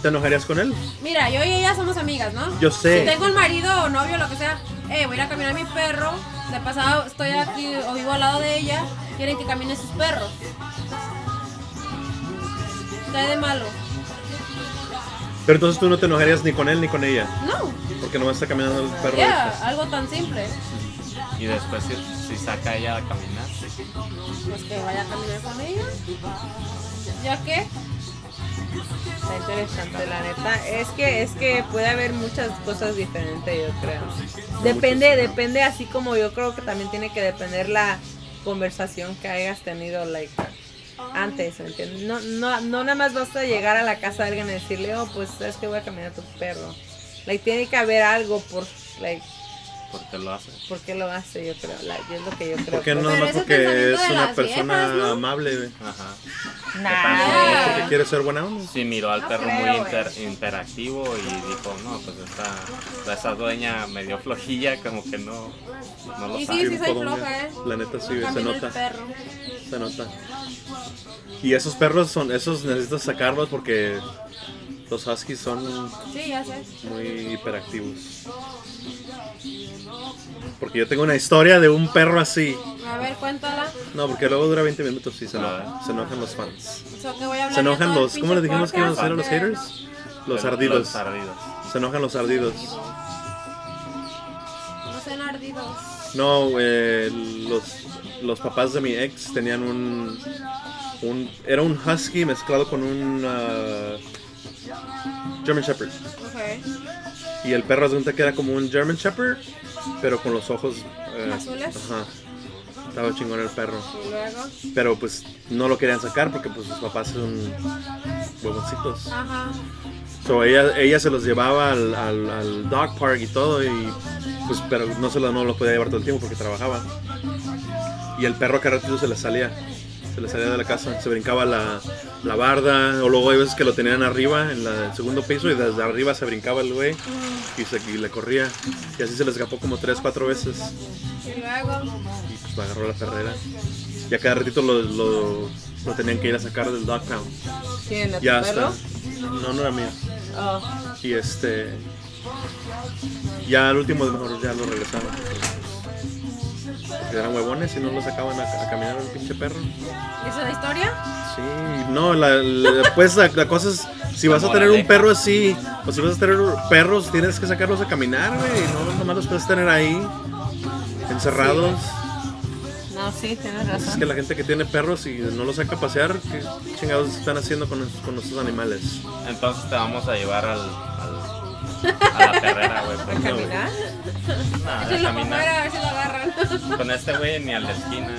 S2: ¿Te enojarías con él?
S5: Mira, yo y ella somos amigas, ¿no?
S2: Yo sé.
S5: Si tengo un marido o novio, lo que sea, eh, voy a ir a caminar a mi perro. De pasado estoy aquí o vivo al lado de ella, quieren que camine sus perros. ¿Qué hay de malo?
S2: Pero entonces tú no te enojarías ni con él ni con ella,
S5: No,
S2: porque nomás está caminando el perro.
S5: ya, algo tan simple.
S1: Y después si, si saca ella a caminar. sí.
S5: Pues que vaya a caminar con ella. ¿Ya qué?
S3: Está interesante, la neta. Es que, es que puede haber muchas cosas diferentes, yo creo. Depende, depende, así como yo creo que también tiene que depender la conversación que hayas tenido, like, antes, ¿me entiendes? No, no, no nada más basta llegar a la casa de alguien y decirle, oh, pues, sabes que voy a caminar a tu perro. Like, tiene que haber algo por, like,
S1: Porque lo hace.
S3: por qué lo hace, yo creo. Like, es lo que yo creo.
S2: ¿Por qué no
S3: pues.
S5: Pero
S2: nomás
S5: ese
S2: porque es
S5: pensamiento de
S2: una
S5: las
S2: persona
S5: viejas, ¿no?
S2: amable? güey.
S1: Ajá.
S3: Nah.
S5: Ah.
S2: ¿Que quiere ser buena onda?
S1: Sí, miró al
S3: No
S1: perro
S3: creo,
S1: muy
S3: güey.
S1: inter- interactivo y dijo, no, pues esta, esta dueña medio flojilla, como que no, no lo
S5: Y
S1: sabe.
S5: sí, sí soy
S2: todo
S5: floja,
S2: bien.
S5: ¿eh?
S2: La neta sí, se
S5: Camino
S2: nota.
S5: el perro.
S2: Se nota. Y esos perros son, esos necesitas sacarlos porque los huskies son
S5: Sí, ya sé.
S2: muy hiperactivos. Porque yo tengo una historia de un perro así.
S5: A ver, cuéntala.
S2: No, porque luego dura 20 minutos y se enoja.
S1: Ah.
S2: Se enojan los fans.
S5: So, que voy a hablar
S2: Se
S5: de
S2: enojan
S5: todo el
S2: los. ¿Cómo
S5: pinche
S2: le dijimos que iban a hacer a los
S5: podcast, ¿o qué?
S2: haters? Los
S1: Pero-
S2: ardidos.
S1: Los ardidos.
S2: Se enojan los ardidos.
S5: No sean ardidos.
S2: No, eh, los, los papás de mi ex tenían un, un- Era un husky mezclado con un... ah, German Shepherd.
S5: Ok.
S2: Y el perro de cuenta que era como un German Shepherd, pero con los ojos... eh,
S5: ¿Azules?
S2: Ajá. Estaba chingón el perro.
S5: Y luego.
S2: Pero pues no lo querían sacar porque pues sus papás son huevoncitos.
S5: Ajá.
S2: So, ella, ella se los llevaba al, al- al dog park y todo, y pues, pero no se los, no los podía llevar todo el tiempo porque trabajaba. Y el perro a cada ratito se le salía, se le salía de la casa, se brincaba la, la barda, o luego hay veces que lo tenían arriba, en la- el segundo piso, y desde arriba se brincaba el güey y, se, y le corría. Y así se le escapó como tres, cuatro veces,
S5: Y luego.
S2: y pues lo agarró la ferrera. Y a cada ratito lo, lo- lo tenían que ir a sacar del dog pound.
S3: ¿Quién? ¿A tu
S2: Ya
S3: perro?
S2: está. No, no era mío.
S3: Oh.
S2: Y este. Ya al último, mejor ya lo regresaron. Porque eran huevones y no lo sacaban a, a caminar al pinche perro.
S5: ¿Y esa es la historia?
S2: Sí, no, la, la- pues la, la cosa es: si vas a tener un
S1: moraleja.
S2: perro así, o si vas a tener perros, tienes que sacarlos a caminar, güey. No, nomás los puedes tener ahí, encerrados.
S3: No, sí, tienes razón.
S2: Es que la gente que tiene perros y no los saca a pasear, ¿qué chingados están haciendo con, esos- con estos animales?
S1: Entonces te vamos a llevar al, al- a la carrera, güey.
S3: ¿A
S1: porque, güey,
S3: caminar?
S1: nada,
S5: Échenlo para
S1: caminar.
S5: afuera, a ver si lo agarran.
S1: Con este güey ni a la esquina.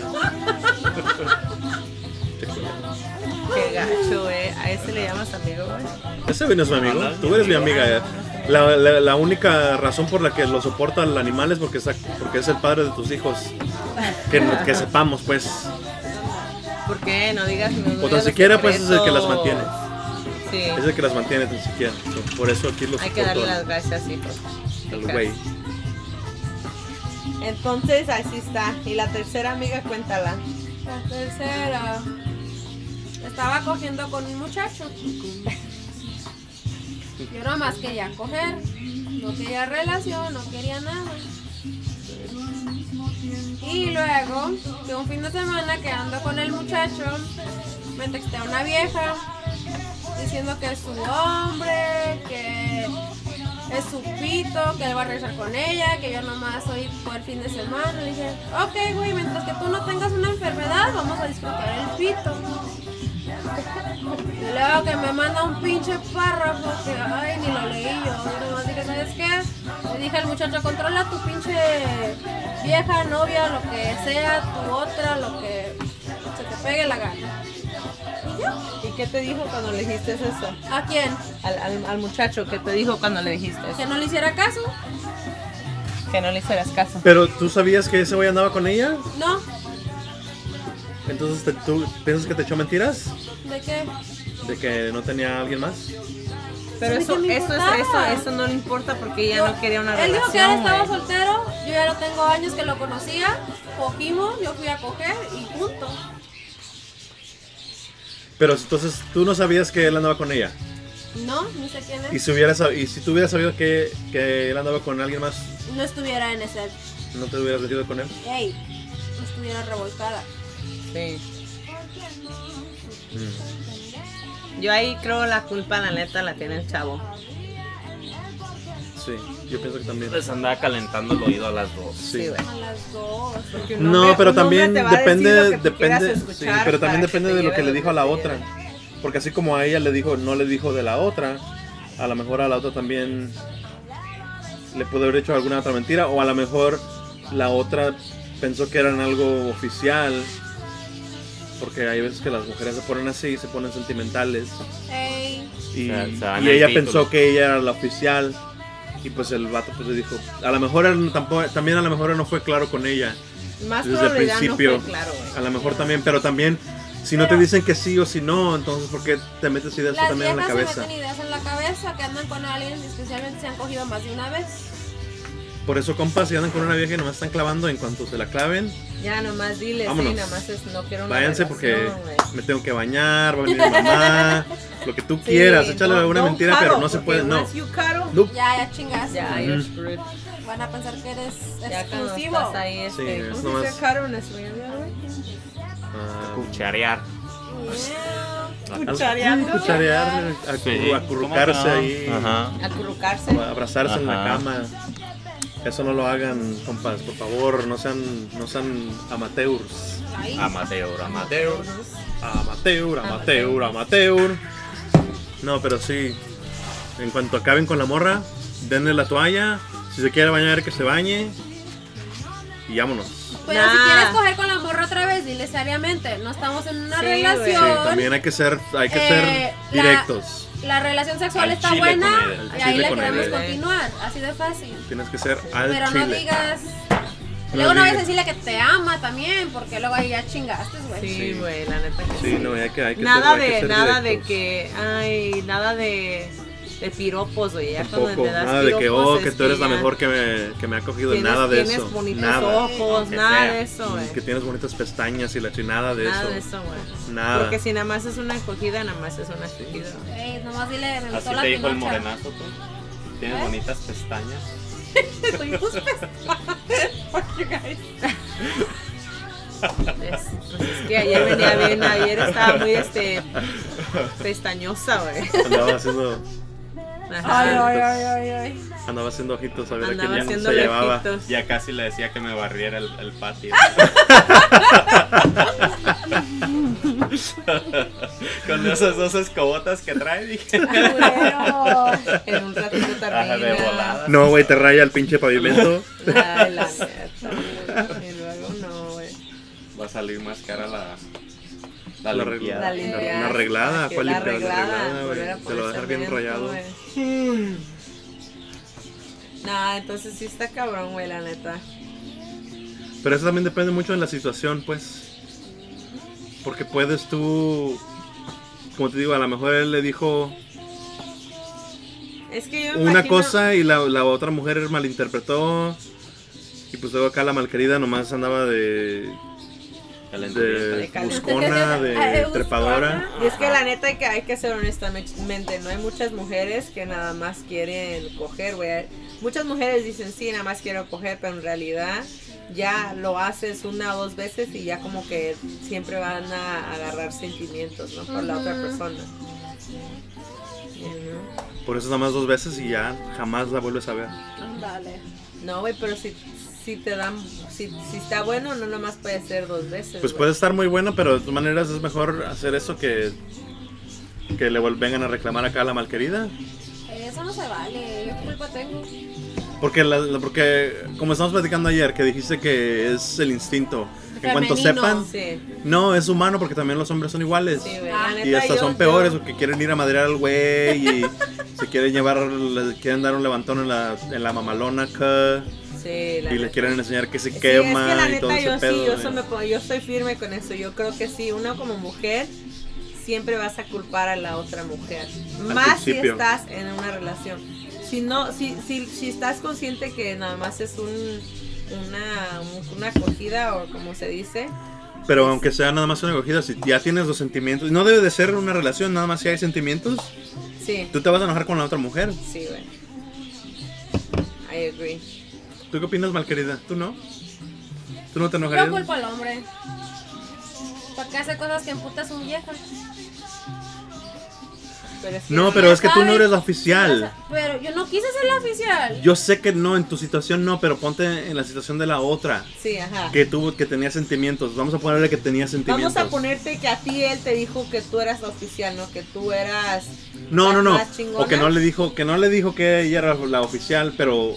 S3: Qué gacho, eh. A ese le llamas amigo, güey.
S2: Ese güey no es mi amigo, tú eres mi amiga. eh. La, la- la única razón por la que lo soporta el animal es porque, sa- porque es el padre de tus hijos. Que, no- que sepamos, pues.
S3: ¿Por qué? No digas. No
S2: O
S3: digas
S2: tan
S3: los
S2: siquiera, pues, es el que las
S3: secretos.
S2: mantiene.
S3: Sí.
S2: Es el que las mantiene tan siquiera. So, Por eso aquí los
S3: Hay que darle las
S2: soporto
S3: gracias, hijo.
S2: al güey.
S3: Entonces, así está. Y la tercera amiga, cuéntala.
S5: La tercera. Estaba cogiendo con un muchacho. Yo nada más quería coger. No quería relación, no quería nada. Y luego, que un fin de semana quedando con el muchacho, me textea una vieja diciendo que es su hombre, que es su pito, que él va a regresar con ella, que yo nomás soy por el fin de semana. Le dije, ok, güey, mientras que tú no tengas una enfermedad, vamos a disfrutar el pito. Y luego que me manda un pinche párrafo que, ay, ni lo leí yo. Yo nomás dije, ¿sabes qué? Le dije al muchacho, controla tu pinche vieja, novia, lo que sea, tu otra, lo que se te pegue la gana. Y yo,
S3: ¿Y qué te dijo cuando le dijiste eso?
S5: ¿a quién?
S3: Al, al, al muchacho, ¿qué te dijo cuando le dijiste
S5: Que
S3: eso?
S5: no le hiciera caso.
S3: Que no le hicieras caso.
S2: Pero tú sabías que ese güey andaba con ella,
S5: No,
S2: entonces te- tú piensas que te echó mentiras
S5: ¿de qué?
S2: de que no tenía a alguien más.
S3: Pero
S5: Pues, ¿de
S3: eso,
S5: qué me
S3: eso, es- eso,
S5: importaba?
S3: eso no le importa porque ella no quería una
S5: Él
S3: relación.
S5: dijo que él estaba
S3: güey.
S5: soltero, yo ya no tengo años que lo conocía, cogimos, yo fui a coger y juntos.
S2: Pero entonces tú no sabías que él andaba con ella.
S5: No, ni sé quién
S2: Y
S5: es.
S2: si, hubiera sab- y si tú hubieras sabido que, que él andaba con alguien más,
S5: No estuviera en ese.
S2: ¿no te hubieras metido con él?
S5: Ey, no estuviera revolcada.
S3: Sí.
S2: Mm.
S3: Yo ahí creo la culpa, la neta, la tiene el chavo.
S2: Sí, yo pienso que también.
S1: Les andaba calentando el oído a las dos.
S2: Sí.
S3: Sí, güey.
S5: A las dos.
S3: Porque un
S2: No,
S3: hombre-
S2: pero
S3: un hombre
S2: también
S3: te va a decir lo
S2: depende,
S3: que tú
S2: depende,
S3: quieras
S2: sí,
S3: escuchar
S2: pero
S3: para
S2: también depende
S3: te
S2: de lo
S3: lleve
S2: que le dijo a la
S3: te
S2: otra.
S3: lleve.
S2: Porque así como a ella le dijo, no le dijo de la otra, a lo mejor a la otra también le pudo haber hecho alguna otra mentira, o a lo mejor la otra pensó que eran algo oficial. Porque hay veces que las mujeres se ponen así, se ponen sentimentales.
S5: Ey,
S2: Y,
S1: Se- se van al
S2: y ella
S1: título.
S2: pensó que ella era la oficial. Y pues el vato pues le dijo, a lo mejor él tampoco, también a lo mejor él no fue claro con ella.
S3: Más
S2: Desde el
S3: probabilidad
S2: principio.
S3: no fue claro, güey.
S2: A lo mejor también, pero también, si no te dicen que sí o si no, entonces ¿por qué te metes ideas tú
S5: las
S2: también en la
S5: viejas
S2: cabeza?
S5: se meten ideas en la cabeza que andan con alguien, especialmente si han cogido más de una vez.
S2: Por eso, compas, si andan con una vieja y nomás están clavando, en cuanto se la claven,
S3: Ya, nomás dile,
S2: Vámonos.
S3: sí, nomás es, no quiero una
S2: váyanse
S3: relación,
S2: porque
S3: güey.
S2: me tengo que bañar, va a venir mi mamá, lo que tú
S3: Sí,
S2: quieras, échale
S3: no-
S2: alguna
S3: no
S2: mentira,
S3: cuddle,
S2: pero no se
S3: porque
S2: puede, no.
S3: once you cuddle,
S2: Nope.
S5: Ya, ya chingaste.
S3: Ya,
S2: Ujú.
S3: you're screwed.
S5: Van a pensar que eres
S3: Ya cuando
S5: exclusivo.
S3: estás ahí, este,
S2: Sí, es
S3: ¿cómo se
S2: nomás-
S3: dice cuddle en español, güey?
S2: Ah,
S1: Cucharear.
S5: Yeah.
S3: Cuchareando.
S2: Cucharear,
S1: Sí.
S2: acurru- acurrucarse ahí.
S1: Ajá.
S3: Acurrucarse.
S2: abrazarse en la
S1: Ajá.
S2: cama. Eso no lo hagan, compas, por favor, no sean, no sean amateurs.
S5: Ahí.
S1: Amateur, amateur.
S2: Amateur, amateur, amateur. No, pero sí. En cuanto acaben con la morra, denle la toalla. Si se quiere bañar, que se bañe. Y vámonos.
S5: Pero si
S3: Nah.
S5: quieres coger con la morra otra vez, dile seriamente, no estamos en una
S3: Sí, güey.
S2: Sí,
S5: relación.
S2: también hay que ser, hay que
S5: Eh,
S2: ser directos.
S5: La relación sexual
S1: Al
S5: está
S1: chile
S5: buena
S1: con él,
S2: al
S5: y
S2: chile
S5: ahí la
S2: con
S5: queremos
S2: él.
S5: continuar, así de fácil.
S2: Tienes que ser al
S5: Pero
S2: chile.
S5: no digas.
S2: No
S5: luego no vayas a
S2: digas.
S5: decirle que te ama también, porque luego ahí ya chingaste, güey.
S3: Sí, güey, la neta que
S2: Sí, no, hay que, hay que
S3: nada
S2: ser, hay que
S3: de
S2: ser
S3: nada
S2: directos.
S3: de que ay nada de, de piropos oye ya cuando
S2: Tampoco,
S3: te das
S2: nada de que,
S3: piropos
S2: oh,
S3: es
S2: que tú eres la
S3: ya
S2: mejor que me, que me ha cogido,
S3: tienes,
S2: nada de
S3: tienes
S2: eso.
S3: bonitos
S2: Nada. mm,
S3: ojos
S1: Aunque
S3: nada
S1: sea.
S3: de eso güey.
S2: Que tienes bonitas pestañas y la chinada de
S3: nada de
S2: eso.
S3: eso güey
S2: Nada.
S3: porque si nada más es una escogida nada más es una escogida
S5: Ey, nomás dile, me
S1: Así
S5: gustó la
S1: te dijo el
S5: pinocha.
S1: morenazo tú. Tienes
S5: ¿Eh?
S1: bonitas pestañas.
S5: Estoy justo-
S3: es, pues es que ayer venía bien ayer estaba muy este pestañosa güey
S2: Andaba haciendo,
S3: Ajá.
S5: Ay, ay, ay, ay, ay.
S2: andaba haciendo ojitos a ver a
S3: andaba
S2: quién se
S3: haciendo
S2: llevaba.
S3: lejitos
S1: Ya casi le decía que me barriera el, el patio. Con esas dos escobotas que trae, dije.
S5: Culero.
S3: en un ratito
S1: Ajá, de
S3: termina
S1: volada.
S2: No, güey, te raya el pinche pavimento.
S3: Ay, la neta, güey. Y luego no, güey.
S1: Va a salir más cara la. La,
S2: La
S1: limpiada.
S3: La
S2: La
S3: limpiada.
S2: una arreglada,
S3: Que
S2: fue
S3: la
S2: limpiada, la
S3: arreglada,
S2: arreglada, güey.
S3: volver a
S2: Te lo
S3: poner
S2: va a dejar bien
S3: cemento,
S2: rayado.
S3: güey. Nah, entonces sí está cabrón, güey, la neta.
S2: Pero eso también depende mucho de la situación, pues. Porque puedes tú. Como te digo, a lo mejor él le dijo
S3: Es que yo me
S2: una
S3: imagino-
S2: cosa y la, la otra mujer malinterpretó. Y pues luego acá la malquerida nomás andaba de. de
S1: Calenturienta.
S3: De
S2: buscona, de
S3: Ah, eh,
S5: Ay,
S2: trepadora.
S5: buscona.
S3: Y es que la neta hay que, hay que ser honestamente, no hay muchas mujeres que nada más quieren coger, güey. Muchas mujeres dicen, sí, nada más quiero coger, pero en realidad ya lo haces una o dos veces y ya como que siempre van a agarrar sentimientos, ¿no? Por la otra
S5: Ujú.
S3: persona. You know?
S2: Por eso nada más dos veces y ya jamás la vuelves a ver.
S5: Ándale.
S3: No, güey, pero si, si te dan, si, si está bueno, no nomás puede ser dos veces.
S2: Pues
S3: güey.
S2: puede estar muy bueno, pero de todas maneras es mejor hacer eso que. Que le vol- vengan a reclamar acá a la malquerida.
S5: Ey, Eso no se vale. Yo qué culpa tengo.
S2: Porque, la- la- porque como estamos platicando ayer, que dijiste que es el instinto. En cuanto
S5: Femenino.
S2: sepan,
S3: Sí,
S2: no, es humano porque también los hombres son iguales.
S3: sí, güey. la
S5: Y
S2: y
S3: neta,
S2: hasta
S3: yo-
S2: son
S3: yo-
S2: peores porque quieren ir a madrear al güey y se quieren llevar, le quieren dar un levantón en la, en la mamalona acá,
S3: Sí, la
S2: y le
S3: neta.
S2: quieren enseñar que se
S3: Sí,
S2: quema
S3: es que la
S2: y todo
S3: neta
S2: ese
S3: yo
S2: pedo.
S3: sí, yo,
S2: güey.
S3: eso me pon- yo estoy firme con eso. Yo creo que sí, una como mujer siempre vas a culpar a la otra mujer. Más si
S2: principio.
S3: estás en una relación. Si no, si, si, si estás consciente que nada más es un, una, una acogida o como se dice,
S2: Pero aunque sea nada más una acogida, si ya tienes los sentimientos, no debe de ser una relación, nada más si hay sentimientos,
S3: sí,
S2: tú te vas a enojar con la otra mujer.
S3: sí, bueno. I agree.
S2: ¿Tú qué opinas, malquerida? ¿Tú no? ¿Tú no te
S5: Yo
S2: enojarías?
S5: culpo al hombre. Porque hace cosas que emputa a su vieja.
S3: Pero es que
S2: No,
S3: no
S2: pero
S3: la-
S2: es que tú no eres la oficial.
S5: Pero yo no quise ser la oficial.
S2: Yo sé que no, en tu situación no, pero ponte en la situación de la otra.
S3: Sí, ajá.
S2: Que tuvo, que tenía sentimientos. Vamos a ponerle que tenía sentimientos.
S3: Vamos a ponerte que a ti él te dijo que tú eras la oficial, no que tú eras
S2: No,
S3: la
S2: no, no.
S3: más chingona.
S2: O que no le dijo, que no le dijo que ella era la oficial, pero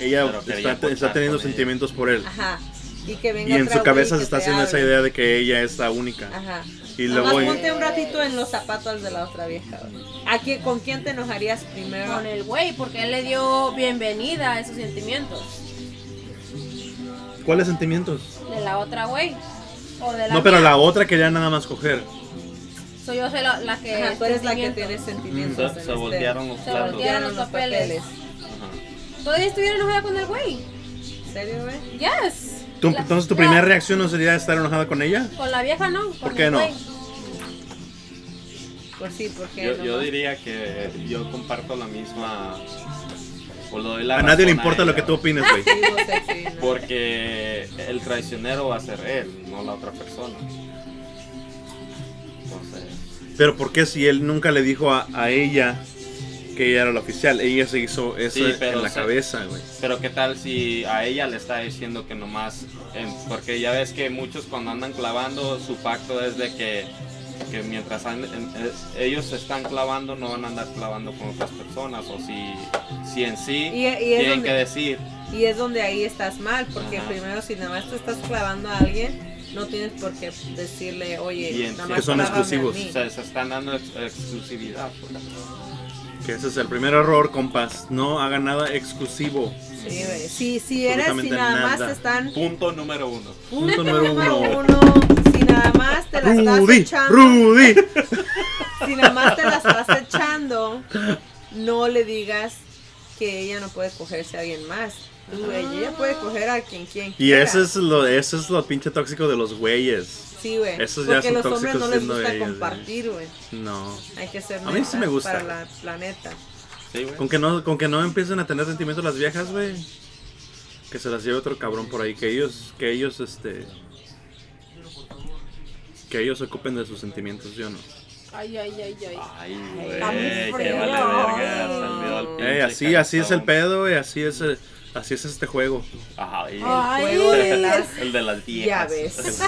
S2: ella
S1: Pero quería
S2: está,
S1: contar
S2: está teniendo
S1: con ella.
S2: sentimientos por él.
S3: Ajá. Y que venga
S2: Y en
S3: otra
S2: su
S3: güey
S2: cabeza
S3: que
S2: se está
S3: te
S2: haciendo esa
S3: hable.
S2: idea de que ella es la única.
S3: Ajá.
S2: Y
S3: Nomás
S2: luego
S3: ponte un ratito en los zapatos de la otra vieja. güey. ¿A quién- ¿Con quién te enojarías primero?
S5: Con el güey, porque él le dio bienvenida a esos sentimientos
S2: ¿Cuáles sentimientos?
S5: de la otra güey. O de la
S2: No, pero
S5: mía.
S2: la otra quería nada más coger.
S5: Soy yo soy la, la que.
S3: Ajá, tú eres la que
S5: sentimiento.
S3: tiene
S2: Mm,
S3: sentimientos.
S1: Se,
S3: en
S1: se
S3: este-
S1: voltearon los
S5: Se
S1: platos.
S5: voltearon.
S3: voltearon los
S5: los
S3: papeles.
S5: papeles.
S1: Ajá.
S5: Todavía estuviera enojada con el güey.
S3: ¿En serio, güey?
S5: Yes.
S2: Tú-
S5: La-
S2: entonces, ¿tu
S5: la-
S2: primera reacción no sería estar enojada con ella?
S5: Con la vieja no. con
S2: ¿Por qué
S5: el
S2: no?
S5: güey.
S3: Pues sí, porque
S1: Yo, yo
S3: nomás-
S1: diría que yo comparto la misma. o le doy la
S2: A nadie le
S1: razón a
S2: importa lo
S1: ella,
S2: que tú opines, güey.
S3: Sí, no sé, sí, no.
S1: Porque el traicionero va a ser él, no la otra persona. Entonces,
S2: Pero ¿por qué si él nunca le dijo a, a ella que ella era la oficial? Ella se hizo eso
S1: Sí, pero
S2: en la
S1: se-
S2: cabeza, güey.
S1: pero qué tal si a ella le está diciendo que nomás. em, porque ya ves que muchos cuando andan clavando, su pacto es de que, que mientras and- en- eh, ellos se están clavando, no van a andar clavando con otras personas. O si, si en sí
S3: Y- y es
S1: tienen
S3: donde-
S1: que decir.
S3: Y es donde ahí estás mal, porque
S1: Ajá.
S3: primero si nada más te estás clavando a alguien, no tienes por qué decirle,
S1: Y
S3: oye,
S1: en-
S3: nada
S1: Que
S3: más
S2: son
S3: clávame a
S2: exclusivos,
S3: mí.
S1: Se, se están dando ex- exclusividad. pues.
S2: Que ese es el primer error, compas. No haga nada exclusivo.
S3: Sí, güey. Si, si eres, si
S2: Absolutamente
S3: nada más
S2: nada.
S3: te están...
S1: Punto número uno.
S2: Punto número uno.
S3: Si nada más te la
S2: Rudy,
S3: estás echando...
S2: Rudy.
S3: Si nada más te la estás echando, no le digas que ella no puede cogerse a alguien más. Tú, ella, ella puede coger a quien, quien
S2: Ah. Y
S3: quiera.
S2: eso es lo, eso es lo pinche tóxico de los güeyes.
S3: Sí, güey.
S2: esos ya
S3: Porque
S2: son
S3: los hombres
S2: tóxicos
S3: no les
S2: siendo
S3: gusta
S2: ellos,
S3: compartir, güey.
S2: No.
S3: Hay que ser
S2: A mí sí me
S3: netas
S2: gusta.
S3: para la planeta.
S1: Sí, güey.
S2: Con que no, con que no empiecen a tener sentimientos las viejas, güey. Que se las lleve otro cabrón por ahí. Que ellos, que ellos, este. Que ellos se ocupen de sus sentimientos, yo no.
S5: Ay, ay, ay, ay.
S1: Ay,
S3: Está muy
S1: güey, que
S3: frío.
S1: vale verga, salió al pinche
S2: Ey, así, así es el
S1: calentón.
S2: pedo, y así es, eh, así es este juego.
S1: Ay,
S5: Ay,
S3: Juego de las
S1: el de las viejas.
S3: llaves.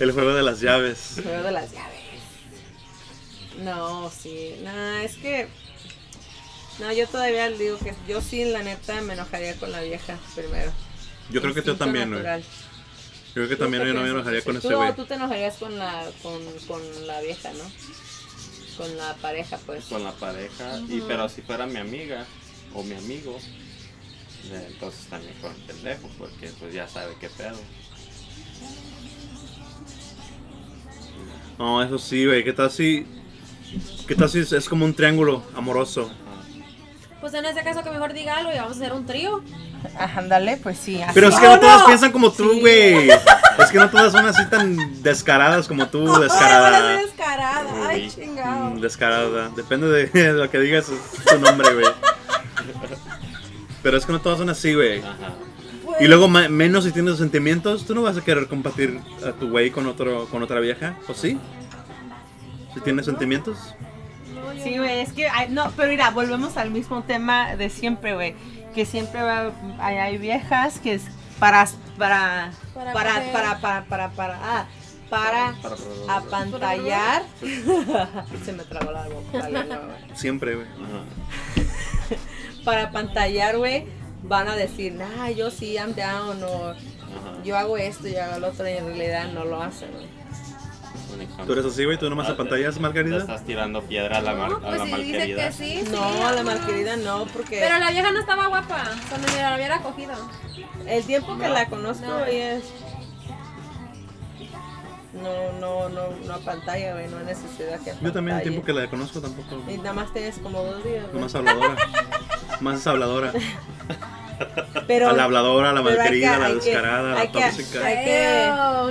S2: El juego de las llaves.
S3: Juego de las llaves. No, sí. No, es que. No, yo todavía le digo que yo sí, la neta, me enojaría con la vieja primero.
S2: Yo creo que tú
S3: Instinto
S2: también, güey.
S3: natural.
S2: Yo creo que también yo no me enojaría con
S3: Tú-
S2: este güey.
S3: Tú te enojarías con la, con, con la vieja, ¿no? Con la pareja, pues.
S1: Con la pareja. y, pero si fuera mi amiga o mi amigo, eh, entonces también con el pendejo, porque pues ya sabe qué pedo.
S2: No, eso sí, güey. ¿Qué tal si.? ¿Qué tal si es- es como un triángulo amoroso?
S1: Ajá.
S5: Pues en ese caso que mejor diga algo y vamos a hacer un trío.
S3: Ajá, ándale, pues sí. así.
S2: Pero es que no
S5: ¡No,
S2: todas
S5: no!
S2: piensan como tú,
S3: Sí.
S2: güey. Es que no todas son así tan descaradas como tú,
S5: Ay,
S2: descarada.
S5: soy descarada. Ay,
S1: Uy.
S5: chingado.
S2: Mm, descarada. Depende de lo que digas es tu nombre, güey. Pero es que no todas son así, güey.
S1: Ajá.
S2: Y luego ma- menos si tienes sentimientos, tú no vas a querer compartir a tu güey con otro con otra vieja, ¿o sí? Si tienes sentimientos.
S5: No, yo
S3: Sí,
S5: no.
S3: güey, es que, ay, no, pero mira, volvemos al mismo tema de siempre, güey, que siempre va, hay, hay viejas que es para, para, para,
S5: Para
S3: para,
S5: coger.
S3: para, para, para, ah, para apantallar, se me trabó la boca, la lengua, güey.
S2: Siempre, güey.
S1: Ajá.
S3: para apantallar, güey, van a decir, nah, yo sí, I'm down, o
S1: Ajá.
S3: yo hago esto, yo hago lo otro, y en realidad no lo hacen, güey.
S2: ¿Tú eres así, güey? ¿Tú nomás
S1: Ah,
S2: apantallas,
S1: Le
S2: Margarita?
S1: estás tirando piedra a la, mar-
S5: No,
S1: a
S5: pues
S1: la
S5: si dice
S1: malquerida.
S5: que sí. sí,
S3: No, la
S5: vámonos.
S3: malquerida no, porque
S5: Pero la vieja no estaba guapa. Cuando me la hubiera cogido.
S3: el tiempo que la conozco,
S5: No.
S3: ella es No, no, no, no a pantalla, güey, no hay necesidad que
S2: Yo también, el
S3: apantalle.
S2: tiempo que la conozco tampoco.
S3: Y nada más tienes como dos días, güey.
S2: Nomás habladora. Más es habladora.
S3: Pero,
S2: a la habladora, a la
S3: pero hay
S2: malquerida,
S3: que-
S2: a la
S3: hay que-
S2: descarada, a
S3: hay
S2: la
S3: que-
S2: tóxica.
S3: hay que-
S5: Creo,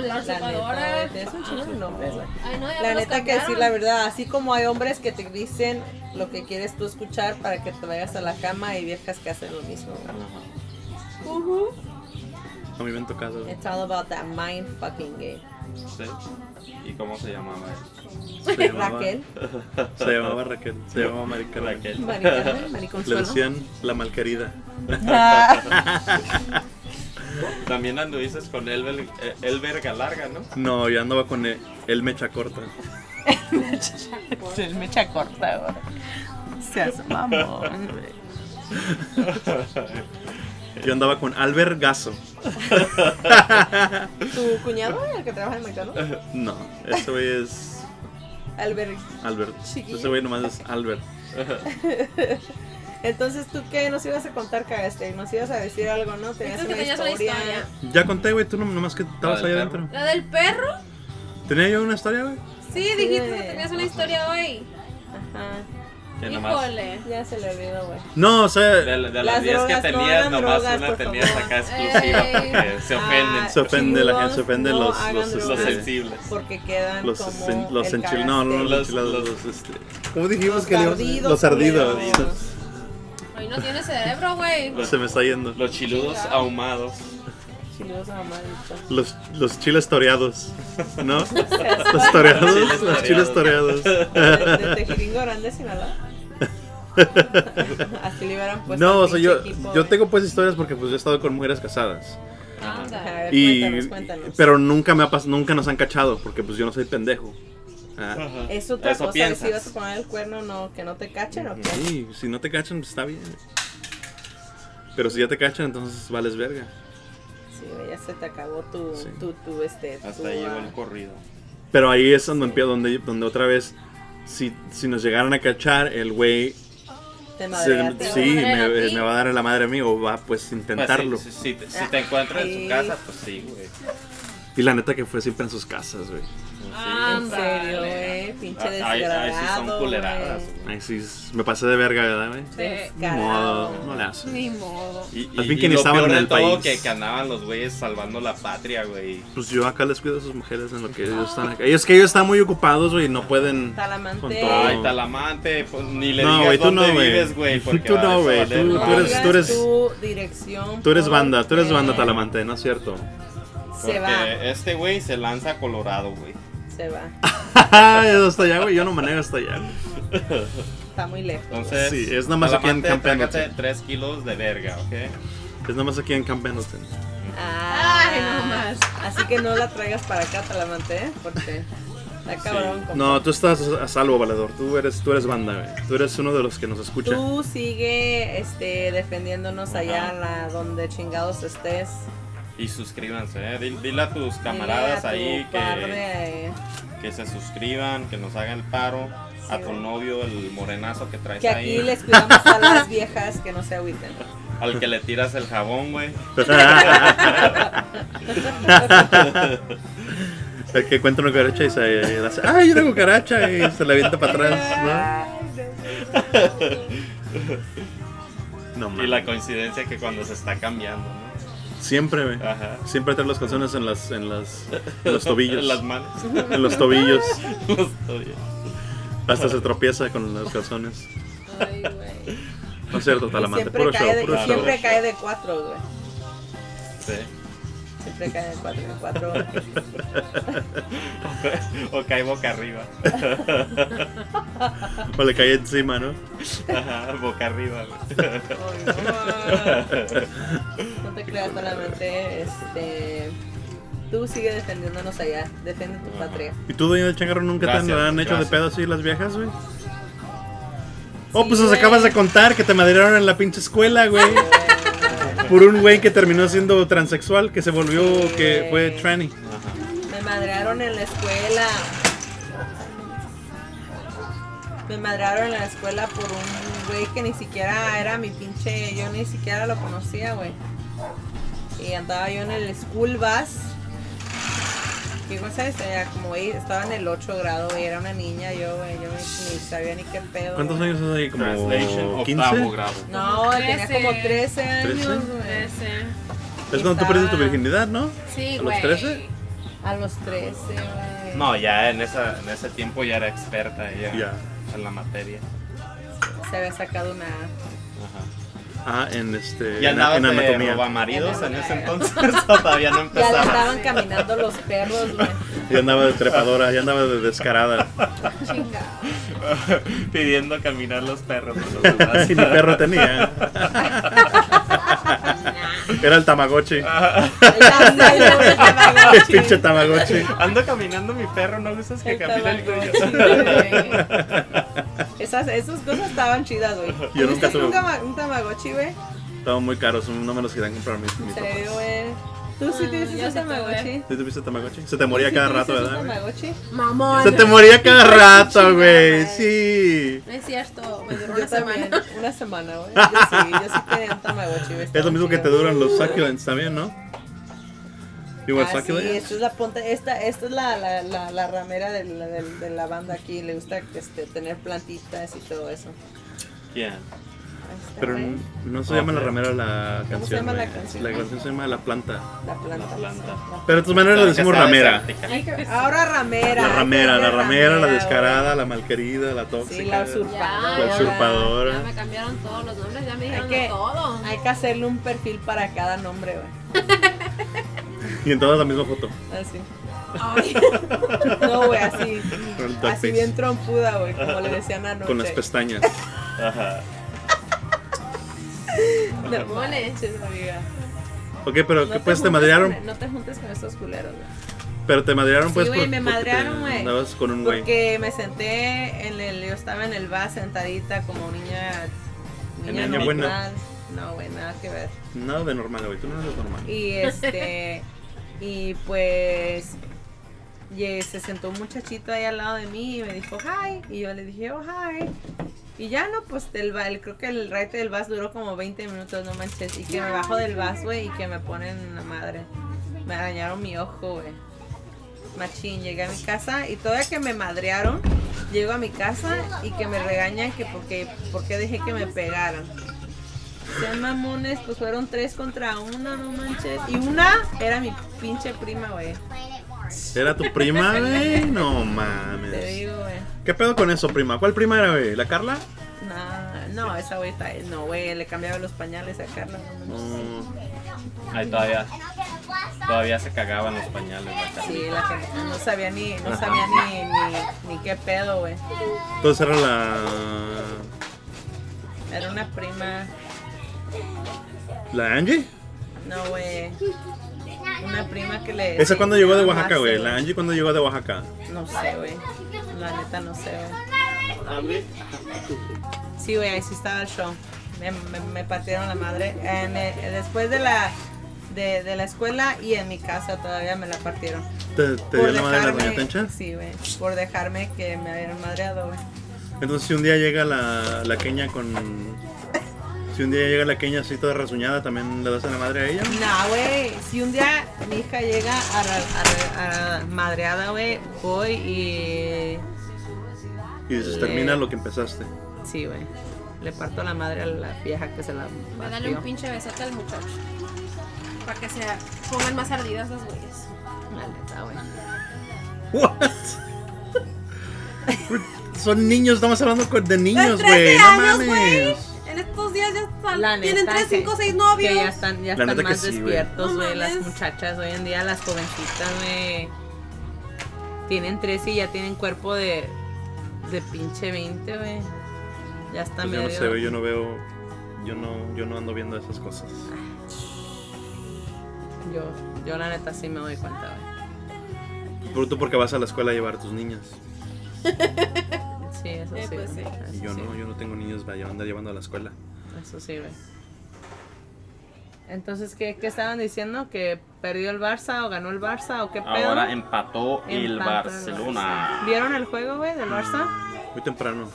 S3: La
S5: la
S3: neta,
S5: usurpadora.
S3: güey, tienes un chingo de nombres, güey.
S5: Ay, no, ya
S3: La
S5: los
S3: neta que decir
S5: cambiaron.
S3: la verdad, así como hay hombres que te dicen lo que quieres tú escuchar para que te vayas a la cama y viejas que hacen lo mismo. güey.
S2: A mí me han tocado. güey.
S3: It's all about that mind fucking game.
S1: Sí. ¿Y cómo se llamaba él?
S2: Se llamaba,
S3: Raquel,
S2: Se llamaba Raquel. Se llamaba Marica
S1: Raquel.
S3: Mariana,
S2: Le
S3: Mariconsuelo.
S2: decían la malquerida.
S3: Ah,
S1: También anduviste con Elber, eh, Elber Galarga, ¿no?
S2: No, yo andaba con el, el mecha corta.
S3: Se me echa corta ahora. Seas mamón, güey.
S2: Yo andaba con Albert Gaso.
S3: ¿Tu cuñado, el que trabaja en McDonald's?
S2: No, ese güey es
S3: Albert.
S2: Albert.
S3: Chiquillo.
S2: Ese güey nomás es Albert.
S3: Entonces, ¿tú qué nos ibas a contar, cagaste? Nos ibas a decir algo, ¿no? Tenías
S5: Creo que
S3: una
S5: tenías una
S3: historia.
S5: historia.
S2: Ya conté, güey, tú nom- nomás que estabas ahí
S1: del perro.
S2: adentro.
S5: ¿La del perro?
S2: ¿Tenía yo una historia, güey?
S5: Sí, dijiste que tenías una historia hoy.
S3: Ajá.
S1: Que nomás
S5: Híjole.
S3: Ya se le olvidó, güey.
S2: No, o sea,
S1: de, de
S3: Las
S1: las 10 que
S3: drogas, no
S1: tenías,
S3: hagan
S1: nomás
S3: drogas, por
S1: una tenías
S3: favor. Eh,
S1: acá exclusiva
S5: Ey.
S1: porque se ofenden
S3: Ah,
S2: se ofende la gente, se
S3: chicos,
S2: ofende
S3: no
S2: los,
S3: hagan
S2: los,
S3: drogas.
S1: los
S2: este,
S1: sensibles.
S3: Porque quedan
S2: los,
S3: como
S2: sen- los
S3: el
S2: enchil- no, no,
S3: cagaste.
S2: los enchilados,
S1: Los-
S2: los, este, ¿cómo dijimos
S3: Los
S2: que le íbamos a-
S3: ardidos,
S2: Los ardidos.
S3: culeros.
S5: Hoy no tiene cerebro, güey.
S2: Se me está yendo.
S1: Los chiludos ahumados.
S3: Chiludos amaditos.
S2: Los, los chiles toreados, ¿no? Los toreados, los chiles toreados.
S3: Desde Tejiringo Grande, Sinaloa. Así le hubieran puesto.
S2: No,
S3: al
S2: o sea, yo,
S3: Pues pinche equipo,
S2: yo
S3: güey.
S2: tengo pues historias porque pues yo he estado con mujeres casadas.
S3: A
S5: Anda.
S3: ver,
S2: Y,
S3: cuéntanos, cuéntanos.
S2: pero nunca me ha pas- nunca nos han cachado porque pues yo no soy pendejo. Ah,
S1: Ajá.
S3: es otra
S1: Eso
S3: cosa,
S1: piensas.
S3: si vas a poner el cuerno, no, que no te cachen o qué.
S2: sí, si no te cachan, pues, está bien. Pero si ya te cachan, entonces vales verga.
S3: Sí, güey, ya se te acabó tu,
S2: Sí.
S3: tu, tu, este, tu,
S1: Hasta ahí llegó el
S3: ah,
S1: corrido. Pues
S2: Pero ahí es donde empie- donde, donde otra vez, si, si nos llegaran a cachar, el güey
S3: te
S2: se-
S3: madreaste,
S2: sí,
S3: güey.
S5: va a madrear a
S2: me,
S5: ti.
S2: me va a dar en la madre a mí o va pues a intentarlo.
S1: Pues sí, si, si te, si te encuentras en
S3: Ay.
S1: su casa, pues sí, güey.
S2: Y la neta que fue siempre en sus casas, güey.
S1: Sí.
S5: Ah,
S3: En serio, güey, pinche
S1: Ah, ahí- ahí sí
S3: desgradado,
S1: son
S3: güey.
S1: culeradas. güey.
S2: Ay, sí, me pasé de verga, ¿verdad, güey? Ni
S3: Descarado.
S2: modo, no le haces.
S5: Ni modo.
S1: Y,
S2: Al
S1: y,
S2: fin que
S1: y
S2: ni
S1: lo
S2: estaban
S1: peor
S2: en
S1: de
S2: el
S1: todo
S2: país.
S1: que, que andaban los güeyes salvando la patria, güey.
S2: Pues yo acá les cuido a sus mujeres en lo que ellos están acá. Ellos que ellos están muy ocupados, güey, y no pueden.
S3: Talamante.
S2: con
S3: Oh.
S1: Ay, talamante, pues ni le
S2: No,
S1: digas
S2: güey, tú
S1: dónde
S2: no, güey.
S1: vives, güey.
S2: Tú
S1: porque
S2: no,
S1: va, eso
S2: güey,
S1: vale
S2: tú- tú
S3: No
S1: madre.
S2: eres-
S3: digas
S2: tú eres-
S3: tu dirección.
S2: Tú eres banda, tú eres banda
S3: porque
S2: talamante, ¿no es cierto?
S3: Se va,
S1: Porque este güey se lanza a Colorado, güey.
S3: se va.
S2: hasta allá, güey, yo no manejo hasta allá.
S3: Está muy lejos.
S1: Entonces,
S2: Sí, es nada más aquí en
S1: Talamante,
S2: Campeón,
S1: trágate
S2: sí.
S1: 3 kilos de verga, ¿ok?
S2: Es nada más aquí en Camp Pendleton.
S5: Ay, no más.
S3: Ah, Así que no la traigas para acá, Talamante, ¿eh? porque está cabrón. compa.
S2: No, tú estás a salvo, Valedor. Tú eres, tú eres banda, güey. Tú eres uno de los que nos escucha.
S3: Tú sigue este, defendiéndonos
S1: Ajá.
S3: allá en la- donde chingados estés.
S1: Y suscríbanse, ¿eh? Dil- Dile a tus camaradas
S3: Dile a tu
S1: ahí
S3: par
S1: que,
S3: de-
S1: que se suscriban, que nos hagan el paro.
S3: Sí,
S1: a tu
S3: güey.
S1: novio, el morenazo que traes
S3: que
S1: ahí.
S3: aquí les cuidamos a las viejas que no se agüiten.
S1: Al que le tiras el jabón, güey.
S2: El que cuenta una cucaracha y se y hace, ¡ay, una cucaracha! Y se la avienta para atrás, ¿no? No,
S1: Y
S2: mames.
S1: la coincidencia que cuando se está cambiando, ¿no?
S2: Siempre, güey.
S1: Ajá.
S2: Siempre trae los calzones en, las, en, las, en los tobillos.
S1: Las manos.
S2: en los tobillos.
S1: Los tobillos.
S2: Hasta se tropieza con los calzones.
S5: Ay, güey.
S2: No es cierto,
S3: Y
S2: Talamante.
S3: siempre
S2: Puro show,
S3: cae de,
S2: puro
S3: y
S2: show.
S3: siempre cae de cuatro, güey.
S1: Sí.
S3: Siempre cae de cuatro, de cuatro.
S1: O cae boca arriba.
S2: O le cae encima, ¿no?
S1: Ajá, boca arriba, güey.
S3: No te creas solamente, este. Tú sigue defendiéndonos allá, defiende tu
S2: Ah.
S1: Ajá.
S3: patria.
S2: ¿Y tú, dueño del changarro, nunca te
S1: Gracias,
S2: han- han hecho de
S1: gracias.
S2: pedo así las viejas, güey? Oh, pues nos
S3: güey.
S2: acabas de contar que te madrearon en la pinche escuela, güey. Por un güey que terminó siendo transexual, que se volvió,
S3: Sí,
S2: que
S3: güey.
S2: fue tranny.
S3: Me madrearon en la escuela. Me madrearon en la escuela por un güey que ni siquiera era mi pinche, yo ni siquiera lo conocía, güey. Y andaba yo en el school bus. que ¿sabes? Era como ahí, estaba en el 8 grado y era una niña, yo, güey, yo ni, ni sabía ni qué pedo.
S2: ¿Cuántos
S3: güey.
S2: años es ahí?
S1: Translation,
S2: Como
S1: octavo
S2: 15.
S1: grado.
S3: No, tenía como 13 años,
S2: ¿Trece?
S3: güey.
S5: Ese.
S2: Es cuando tú perdiste tu virginidad, ¿no?
S5: Sí,
S2: ¿A los
S5: güey.
S2: 13?
S3: A los 13, güey.
S1: No, ya en, esa, en ese tiempo ya era experta ya
S2: Ya.
S1: en la materia.
S3: Se había sacado una A.
S1: Ajá.
S2: Ah, en este.
S1: ¿Ya
S2: en, a-
S1: andabas
S2: en
S1: de
S2: anatomía.
S1: robamaridos en ese entonces? ¿O todavía no
S3: Ya le
S1: empezabas?
S3: estaban caminando los perros, güey.
S2: Ya andaba de trepadora, ya andaba de descarada.
S5: Chingado.
S1: Pidiendo caminar los perros. por los
S2: Así ni
S1: demás.
S2: perro tenía. Era el
S1: Ah,
S2: Tamagotchi.
S3: Ya sé, güey,
S2: El
S3: Tamagotchi.
S2: pinche Tamagotchi.
S1: Ando caminando mi perro, no gustas que
S3: El
S1: camine el tuyo.
S3: Tamagotchi,
S5: güey.
S3: Esas, esas cosas estaban chidas, güey.
S2: Yo
S3: ¿Tuviste
S2: nunca tuve
S3: un,
S2: uno.
S3: tama- un Tamagotchi, güey?
S2: Estaban muy caros, no me los querían comprar mis, mis
S3: Sí,
S2: papás.
S3: güey. ¿Tú sí
S5: Ah,
S3: tuviste
S5: yo
S3: un
S5: sí tuve.
S3: Tamagotchi?
S2: ¿Sí tuviste Tamagotchi? Se te moría
S3: ¿Sí
S2: cada
S3: tuviste
S2: rato,
S3: un
S2: ¿verdad? güey?
S3: Tamagotchi?
S5: Mamón.
S2: Se te moría cada rato,
S5: chingada,
S2: güey.
S5: madre.
S2: Sí.
S5: No es cierto, me duró
S3: Yo
S5: una
S3: también.
S5: semana.
S3: Una semana, güey. Yo sí, yo sí tenía un Tamagotchi, güey.
S2: Es lo mismo que te
S3: dura
S2: duran los succulents también, ¿no? Igual
S3: Ah, sí,
S2: succulents.
S3: esta es la punta, esta, esta es la, la, la, la ramera de la, de, de la banda aquí, le gusta este, tener plantitas y todo eso.
S1: ¿Quién?
S3: Ahí está,
S2: Pero
S3: güey,
S2: no se llama la ramera la canción.
S3: ¿Cómo se llama la
S2: güey.
S3: canción?
S2: La canción se llama La Planta.
S3: la planta.
S1: La planta.
S2: Pero de todas maneras le decimos ramera.
S3: Ahora ramera.
S2: La ramera, la
S3: Ahora
S2: ramera, la
S3: güey.
S2: descarada, la malquerida, la tóxica.
S3: Sí, la
S5: Ya,
S2: La
S3: usurpadora.
S5: ya,
S2: usurpadora.
S5: ya me cambiaron todos los nombres, ya me dijeron
S3: que-
S5: de todo.
S3: Hay que hacerle un perfil para cada nombre, güey.
S2: Y en todas la misma foto.
S3: Así.
S5: Ay,
S3: No, güey, así.
S2: Con el
S3: Así
S2: blackface.
S3: bien trompuda, güey, como le decían anoche.
S2: Con las pestañas.
S1: Ajá.
S3: No manches, amiga.
S2: Ok, pero
S3: No
S2: ¿qué,
S3: te
S2: pues te
S3: juntes
S2: madrearon.
S3: con- e-, No te juntes con esos culeros, güey.
S2: Pero te madrearon
S3: Sí,
S2: pues.
S3: güey,
S2: por-
S3: me
S2: porque
S3: madrearon,
S2: te
S3: güey.
S2: Andabas con un güey.
S3: Porque me senté, en el, yo estaba en el bar sentadita como niña, niña
S2: Niña
S3: normal.
S2: buena.
S3: No, güey, nada que ver.
S2: Nada de normal, güey. Tú no eres normal.
S3: Y este, y pues, y eh, se sentó un muchachito ahí al lado de mí y me dijo hi. Y yo le dije, oh, hi. Y ya no, pues el, ba- el- creo que el raite del bus duró como 20 minutos, no manches. Y que me bajo del bus, güey, y que me ponen la madre. Me arañaron mi ojo, güey. Machín, llegué a mi casa y todavía que me madrearon, llego a mi casa y que me regañan que porque, porque dejé que me pegaran. Sean mamones, pues fueron tres contra una, no manches. Y una era mi pinche prima, güey.
S2: Era tu prima, güey. No
S3: Te
S2: mames.
S3: digo, güey.
S2: ¿Qué pedo con eso, prima? ¿Cuál prima era, güey? ¿La Carla?
S3: Nah, no, esa güey está. No, güey, le cambiaba los pañales a Carla. no manches.
S2: No.
S1: Ahí todavía. Todavía se cagaban los pañales. la Carla.
S3: Sí, la que no sabía ni, no sabía ni, ni, ni qué pedo, güey.
S2: Entonces era la.
S3: Era una prima,
S2: ¿La Angie?
S3: no, güey. Una prima que le.
S2: ¿Esa
S3: sí,
S2: cuando llegó de
S3: nada más,
S2: Oaxaca, güey?
S3: sí.
S2: ¿La Angie cuando llegó de Oaxaca?
S3: No sé, güey. La neta no sé, güey. Sí, güey, ahí sí estaba el show. Me, me, me partieron la madre. En el- después de la, de, de la escuela y en mi casa todavía me la partieron.
S2: ¿Te, te dio la madre la doña Tencha?
S3: Sí, güey. Por dejarme que me hubieran madreado, güey.
S2: Entonces si un día llega la, la queña con... Si un día llega la queña así toda rasuñada, ¿también le das a la madre a ella?
S3: No, güey. Si un día mi hija llega a, ra- a ra- a madreada, güey, voy y.
S2: Y dices, termina lo que empezaste.
S3: Sí, güey. Le parto la madre a la vieja que se la.
S5: me dale un
S3: partió.
S5: pinche besote al muchacho. Para que se pongan más ardidas las güeyes.
S3: La neta, güey.
S2: ¿What? Son niños, estamos hablando con- de niños, güey. No mames. Pues
S5: En estos días ya están.
S3: La neta
S5: tienen 3,
S3: que-
S5: 5,
S3: Que
S5: 6
S3: ya
S5: novios.
S3: están, ya
S2: La
S3: están
S2: neta que
S3: más
S2: sí, güey.
S3: despiertos,
S5: No
S3: güey. las
S5: mames.
S3: muchachas hoy en día, las jovencitas, güey. Tienen 13 y ya tienen cuerpo de, de pinche 20, güey. Ya están
S2: Pues yo no
S3: medio-
S2: sé, güey, yo no veo... Yo no, yo no ando viendo esas cosas.
S3: Yo, yo la neta sí me doy cuenta, güey.
S2: Pero tú porque vas a la escuela a llevar a tus niñas.
S3: Sí, eso
S5: Eh,
S3: sí.
S5: pues
S3: güey.
S5: sí.
S3: Eso
S2: Y yo
S3: Ah, sí,
S2: no, yo no tengo niños para andar llevando a la escuela.
S3: Eso sí, güey. Entonces, ¿qué, ¿qué estaban diciendo? ¿Que perdió el Barça o ganó el Barça o qué pedo?
S1: Ahora empató el
S3: Empató el
S1: Barcelona.
S3: Barça. ¿Vieron el juego, güey, del Barça?
S2: Muy temprano.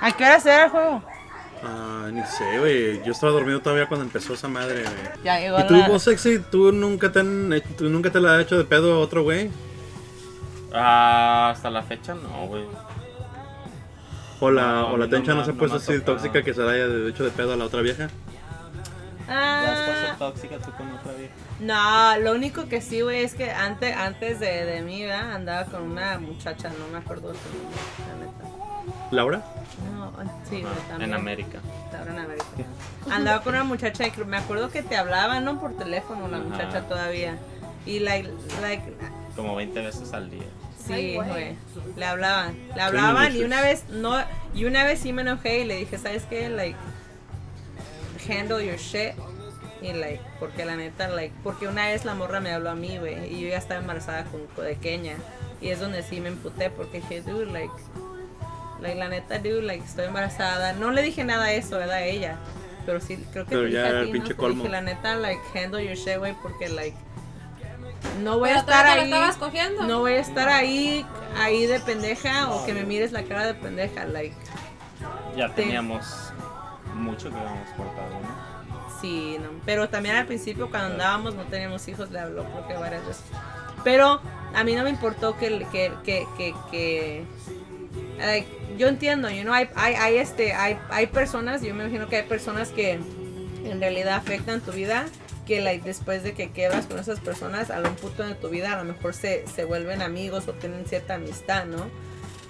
S3: ¿A qué hora será el juego?
S2: Ah, ni sé, güey. Yo estaba dormido todavía cuando empezó esa madre, güey.
S3: Ya llegó
S2: ¿Y
S3: la-
S2: tú, vos sexy, tú nunca te, han- tú nunca te la has hecho de pedo a otro güey?
S1: Ah, hasta la fecha no, güey.
S2: O la,
S1: No,
S2: o la
S1: no
S2: tencha
S1: me-
S2: no, se ha
S1: no
S2: puesto
S1: me ha
S2: así
S1: tocado.
S2: tóxica que se la haya de hecho de pedo a la otra vieja.
S3: Ah,
S1: tóxica tú con otra vieja.
S3: no, lo único que sí, güey, es que antes, antes de, de mí, ¿verdad? Andaba con una muchacha, no me acuerdo su nombre, la neta.
S2: ¿Laura?
S3: No, sí, güey, también.
S1: Ah, en América.
S3: Ahora en América. Andaba con una muchacha, que- me acuerdo que te hablaba, no por teléfono, la
S1: Ajá.
S3: muchacha todavía. Y, like, like,
S1: Como 20 veces al día.
S3: sí,
S5: Ay, güey.
S3: güey, le hablaban, le hablaban y una vez, no, y una vez sí me enojé y le dije, ¿sabes qué? Like, handle your shit. Y, like, porque la neta, like, porque una vez la morra me habló a mí, güey, y yo ya estaba embarazada con codequeña. Y es donde sí me emputé, porque dije, dude, like, like, la neta, dude, like, estoy embarazada. No le dije nada a eso, ¿verdad? A ella. Pero sí, creo que
S2: Pero
S3: te dije
S2: ya
S3: a
S2: era el
S3: ti,
S2: pinche
S3: Te
S2: colmo.
S3: Dije, la neta, like, handle your shit, güey, porque, like, no voy
S5: Pero
S3: a estar
S5: todavía
S3: ahí.
S5: te la estabas cogiendo.
S3: No voy a estar ahí, ahí de pendeja o que me mires la cara de pendeja, like,
S1: Ya
S3: Sí.
S1: teníamos mucho que habíamos cortado, ¿no?
S3: sí, no. Pero también al principio cuando andábamos no teníamos hijos, le habló creo que varias veces. Pero a mí no me importó que, que, que, que, que- like, yo entiendo, you know, hay, hay, hay, este, hay, hay personas, yo me imagino que hay personas que en realidad afectan tu vida, que like, después de que quebras con esas personas, a algún punto de tu vida a lo mejor se, se vuelven amigos o tienen cierta amistad, ¿no?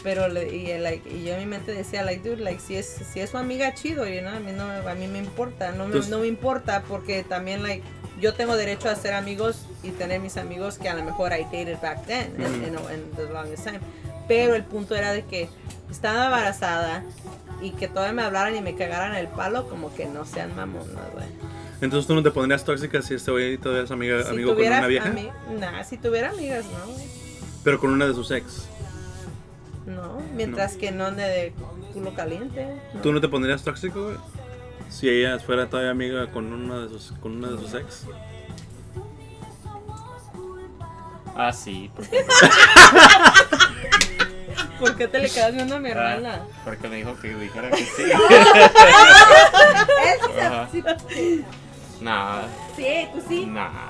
S3: Pero le- y, eh, like, y yo en mi mente decía, like, dude, like, si es, si es su amiga, chido, you know, a mí no, a mí me importa, no me,
S2: Entonces-
S3: no me importa porque también, like, yo tengo derecho a ser amigos y tener mis amigos que a lo mejor I dated back then, and-
S2: Ujú.
S3: you know, and the longest time. Pero el punto era de que estaba embarazada y que todavía me hablaran y me cagaran el palo, como que no sean mamonas, güey.
S2: Entonces tú no te pondrías tóxica si este güey todavía es amiga,
S3: Si
S2: amigo con
S3: tuvieras
S2: una vieja,
S3: ami- nah, si tuviera amigas, no, güey.
S2: pero con una de sus ex.
S3: No, mientras que no ande de culo caliente. no.
S2: ¿Tú no te pondrías tóxico, güey? Si ella fuera todavía amiga con una de sus, con una de sus ex.
S1: Ah, sí, porque,
S3: ¿Por qué te le quedas viendo a
S1: Ah.
S3: mi hermana?
S1: porque me dijo que dijera que sí. Ajá. Nah,
S5: Sí, pues sí.
S2: Eh.
S1: nah, nah.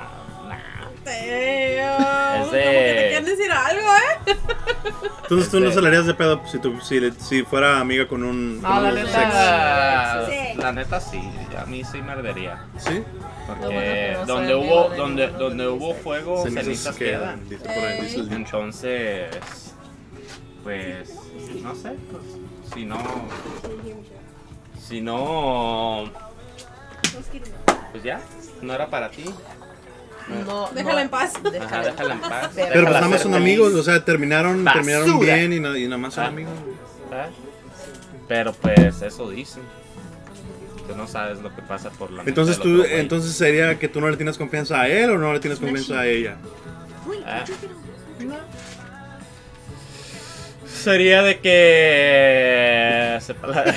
S5: Damn.
S1: Es de-
S5: Como que te quieren decir algo, ¿eh?
S2: Entonces tú no
S1: Este-
S2: se la harías de pedo si, tú, si, le- si fuera amiga con un. con
S1: No, la
S2: una de sus
S1: neta.
S5: Sí.
S1: La neta sí, a mí sí me ardería.
S2: ex. Sí.
S3: Lo bueno
S1: Porque
S3: que no soy
S1: donde
S3: amigo
S1: hubo,
S3: de
S1: donde,
S3: ninguno de
S1: donde
S3: mis
S1: hubo
S3: ex.
S1: fuego, cenizas,
S2: Cenizas
S1: Oh, quedan.
S2: quedan. Dice por ahí, dice el dicho.
S1: Entonces, pues, no sé, pues, si no, si no, pues ya, no era para ti.
S3: No,
S5: Déjala
S3: no.
S5: en paz.
S1: Ajá, déjala en paz.
S3: Pero
S2: Pero
S1: déjala
S2: pues nada más
S1: ser
S2: son
S1: feliz,
S2: amigos, o sea, terminaron,
S1: Basura.
S2: terminaron bien y, na- y nada más son
S1: Ah.
S2: amigos. güey.
S1: ¿verdad? Pero pues eso dicen. Tú no sabes lo que pasa por la mente
S2: Entonces
S1: del
S2: tú,
S1: otro güey.
S2: entonces sería que tú no le tienes confianza a él o no le tienes confianza a ella.
S1: Ah. Sería de que eh, sepa la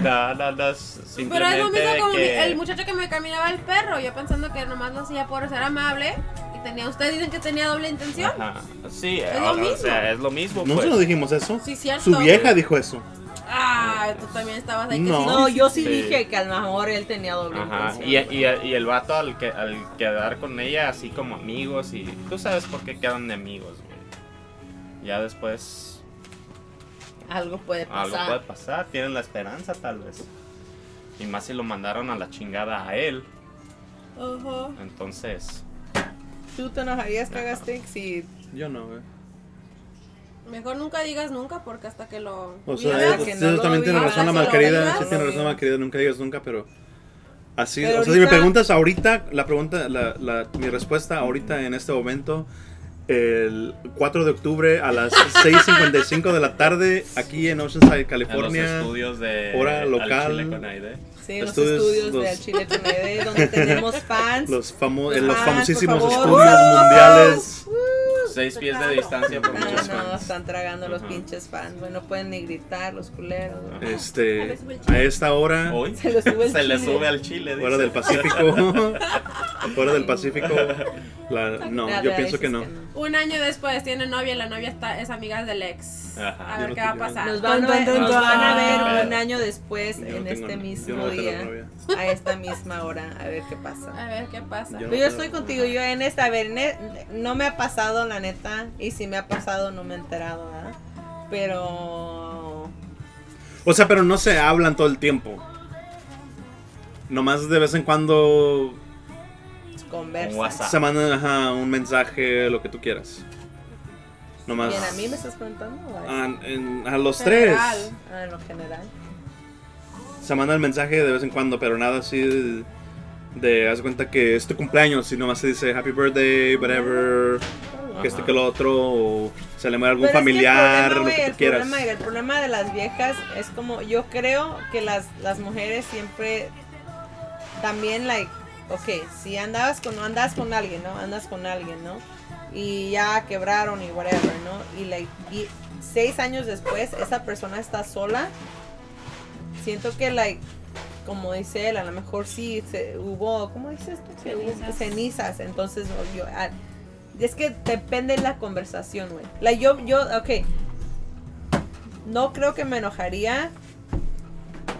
S1: No, no, no, s- simplemente
S5: Pero es lo mismo como mi-
S1: que...
S5: el muchacho que me caminaba el perro. Yo pensando que nomás lo hacía por ser amable. Y tenía, ustedes dicen que tenía doble intención.
S1: Ajá. Sí,
S5: Es
S1: o-
S5: lo
S1: o,
S5: mismo.
S1: sea, es lo mismo,
S2: No
S1: pues.
S2: se lo dijimos eso.
S5: Sí, cierto.
S2: Su vieja dijo eso.
S5: Ah, tú también estabas ahí. que
S2: No.
S5: sí.
S3: No, yo sí,
S1: Sí.
S3: dije que a lo mejor él tenía doble
S1: Ajá,
S3: intención.
S1: y, y, y el vato al, que, al quedar con ella así como amigos y tú sabes por qué quedan de amigos, güey. Ya después
S3: Algo puede pasar.
S1: algo puede pasar, tienen la esperanza tal vez. Y más si lo mandaron a la chingada a él,
S5: Ajá.
S1: entonces...
S3: ¿Tú te enojarías, Cagastix? Si
S2: Yo no, güey.
S5: Mejor nunca digas nunca porque hasta que lo.
S2: O
S5: vivas-
S2: sea,
S3: Mira,
S2: eso
S3: que no lo
S2: también tiene
S5: vivas,
S2: razón la
S5: que lo
S2: malquerida.
S5: vivas.
S2: Sí, tiene razón la malquerida, nunca digas nunca, pero. Así,
S3: Pero
S2: o sea, si
S3: ahorita-
S2: me preguntas ahorita, la pregunta, la, la- mi respuesta ahorita en este momento, el 4 de octubre a las 6:55 de la tarde, aquí en Oceanside,
S1: En los
S2: California.
S1: estudios de
S2: hora
S1: Al
S2: local.
S1: Chile con Aide.
S3: sí, los
S2: Estudios-
S3: estudios de
S2: los-
S3: Al Chile con Aide, donde tenemos fans.
S2: Los, famo-
S3: Los
S2: en los
S3: fans, Ah, por
S2: famosísimos
S3: favor.
S2: estudios
S3: ¡Uh!
S2: mundiales.
S5: Pues,
S1: Seis pies de distancia por
S3: Ah,
S1: muchos
S3: no,
S1: fans.
S3: están tragando los
S1: Ajá.
S3: pinches fans. Bueno, no pueden ni gritar los culeros.
S2: Eh,
S1: Ajá.
S2: Este, a esta hora,
S1: Hoy
S3: Se les sube el
S1: se le
S3: chile.
S1: sube al chile.
S2: hora
S1: dice.
S2: del Pacífico, Fuera del Pacífico, la- no,
S3: La
S2: yo
S3: verdad
S2: pienso
S3: es
S2: que no.
S5: Un año después tiene novia y la novia está, es amiga del ex.
S2: Ajá.
S5: a
S2: Yo
S5: ver
S2: no
S5: qué va a
S2: tenía-
S5: pasar.
S3: Nos van, a
S6: Dun,
S3: ver,
S6: dun, dun,
S3: nos van a
S6: dun.
S3: ver un año después
S2: Yo no
S3: en
S2: tengo-
S3: este
S2: yo no
S3: mismo
S2: voy a tener
S3: día,
S2: novia.
S3: a esta misma hora, a ver qué pasa.
S5: A ver qué pasa.
S2: Yo-
S3: Pero yo estoy contigo, yo en esta, a ver, en e- no me ha pasado la neta, y si me ha pasado no me he enterado, ¿verdad? Pero...
S2: O sea, pero no se hablan todo el tiempo. Nomás de vez en cuando
S1: Un
S3: Conversa.
S1: WhatsApp.
S2: se mandan ajá, un mensaje, lo que tú quieras. Nomás.
S3: ¿Bien a mí me estás preguntando? o A,
S2: A, en- a los
S5: General.
S2: tres.
S3: ah, en lo general.
S2: Se manda el mensaje de vez en cuando, pero nada así de, de, haz cuenta que es tu cumpleaños y nomás se dice happy birthday, whatever, que este que lo otro, o se le muere algún
S3: Pero es que el
S2: familiar,
S3: problema,
S2: lo
S3: güey,
S2: que
S3: el
S2: tú quieras.
S3: Problema, el problema de las viejas es como, yo creo que las, las mujeres siempre también, like, ok, si andabas con, no andabas con alguien, ¿no? Andas con alguien, ¿no? Y ya quebraron y whatever, ¿no? Y like, y seis años después, esa persona está sola. Siento que, like, como dice él, a lo mejor sí se, hubo, ¿cómo dices tú? Que hubo
S5: Cenizas.
S3: cenizas. Entonces, yo, ah, es que depende de la conversación, güey. Like, yo, yo, ok. No creo que me enojaría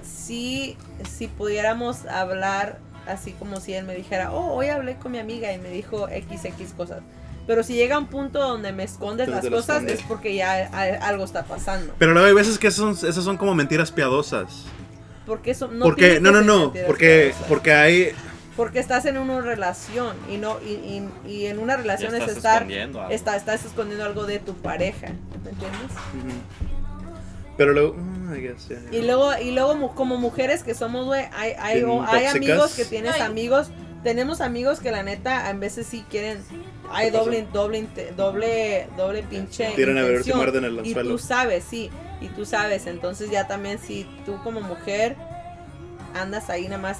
S3: si, si pudiéramos hablar así como si él me dijera, oh, hoy hablé con mi amiga y me dijo XX cosas. Pero si llega un punto donde me escondes
S2: Donde
S3: las
S2: te lo
S3: cosas
S2: escondes.
S3: es porque ya a- algo está pasando.
S2: Pero luego hay veces que son, esas son como mentiras piadosas.
S3: Porque eso no tiene
S2: porque,
S3: que
S2: no, no,
S3: ser
S2: no,
S3: mentiras
S2: porque,
S3: piadosas.
S2: porque hay,
S3: Porque estás en una relación y no y, y- y en una
S1: Ya
S3: relación es
S1: estás
S3: estar
S1: escondiendo algo.
S3: está- estás escondiendo algo de tu pareja, ¿me entiendes?
S2: pero luego, mm, I guess, yeah, yeah.
S3: Y luego, y luego mu- como mujeres que somos, güey, hay, hay,
S2: Bien
S3: o- hay
S2: tóxicas.
S3: amigos que tienes
S5: Ay.
S3: amigos, tenemos amigos que la neta a veces sí quieren, hay
S2: ¿Qué pasó?
S3: doble, doble, inte- doble, doble pinche
S2: Tiran a ver si
S3: intención.
S2: muerden el
S3: Y
S2: anzuelo.
S3: tú sabes, sí, y tú sabes, entonces ya también si tú como mujer andas ahí nada más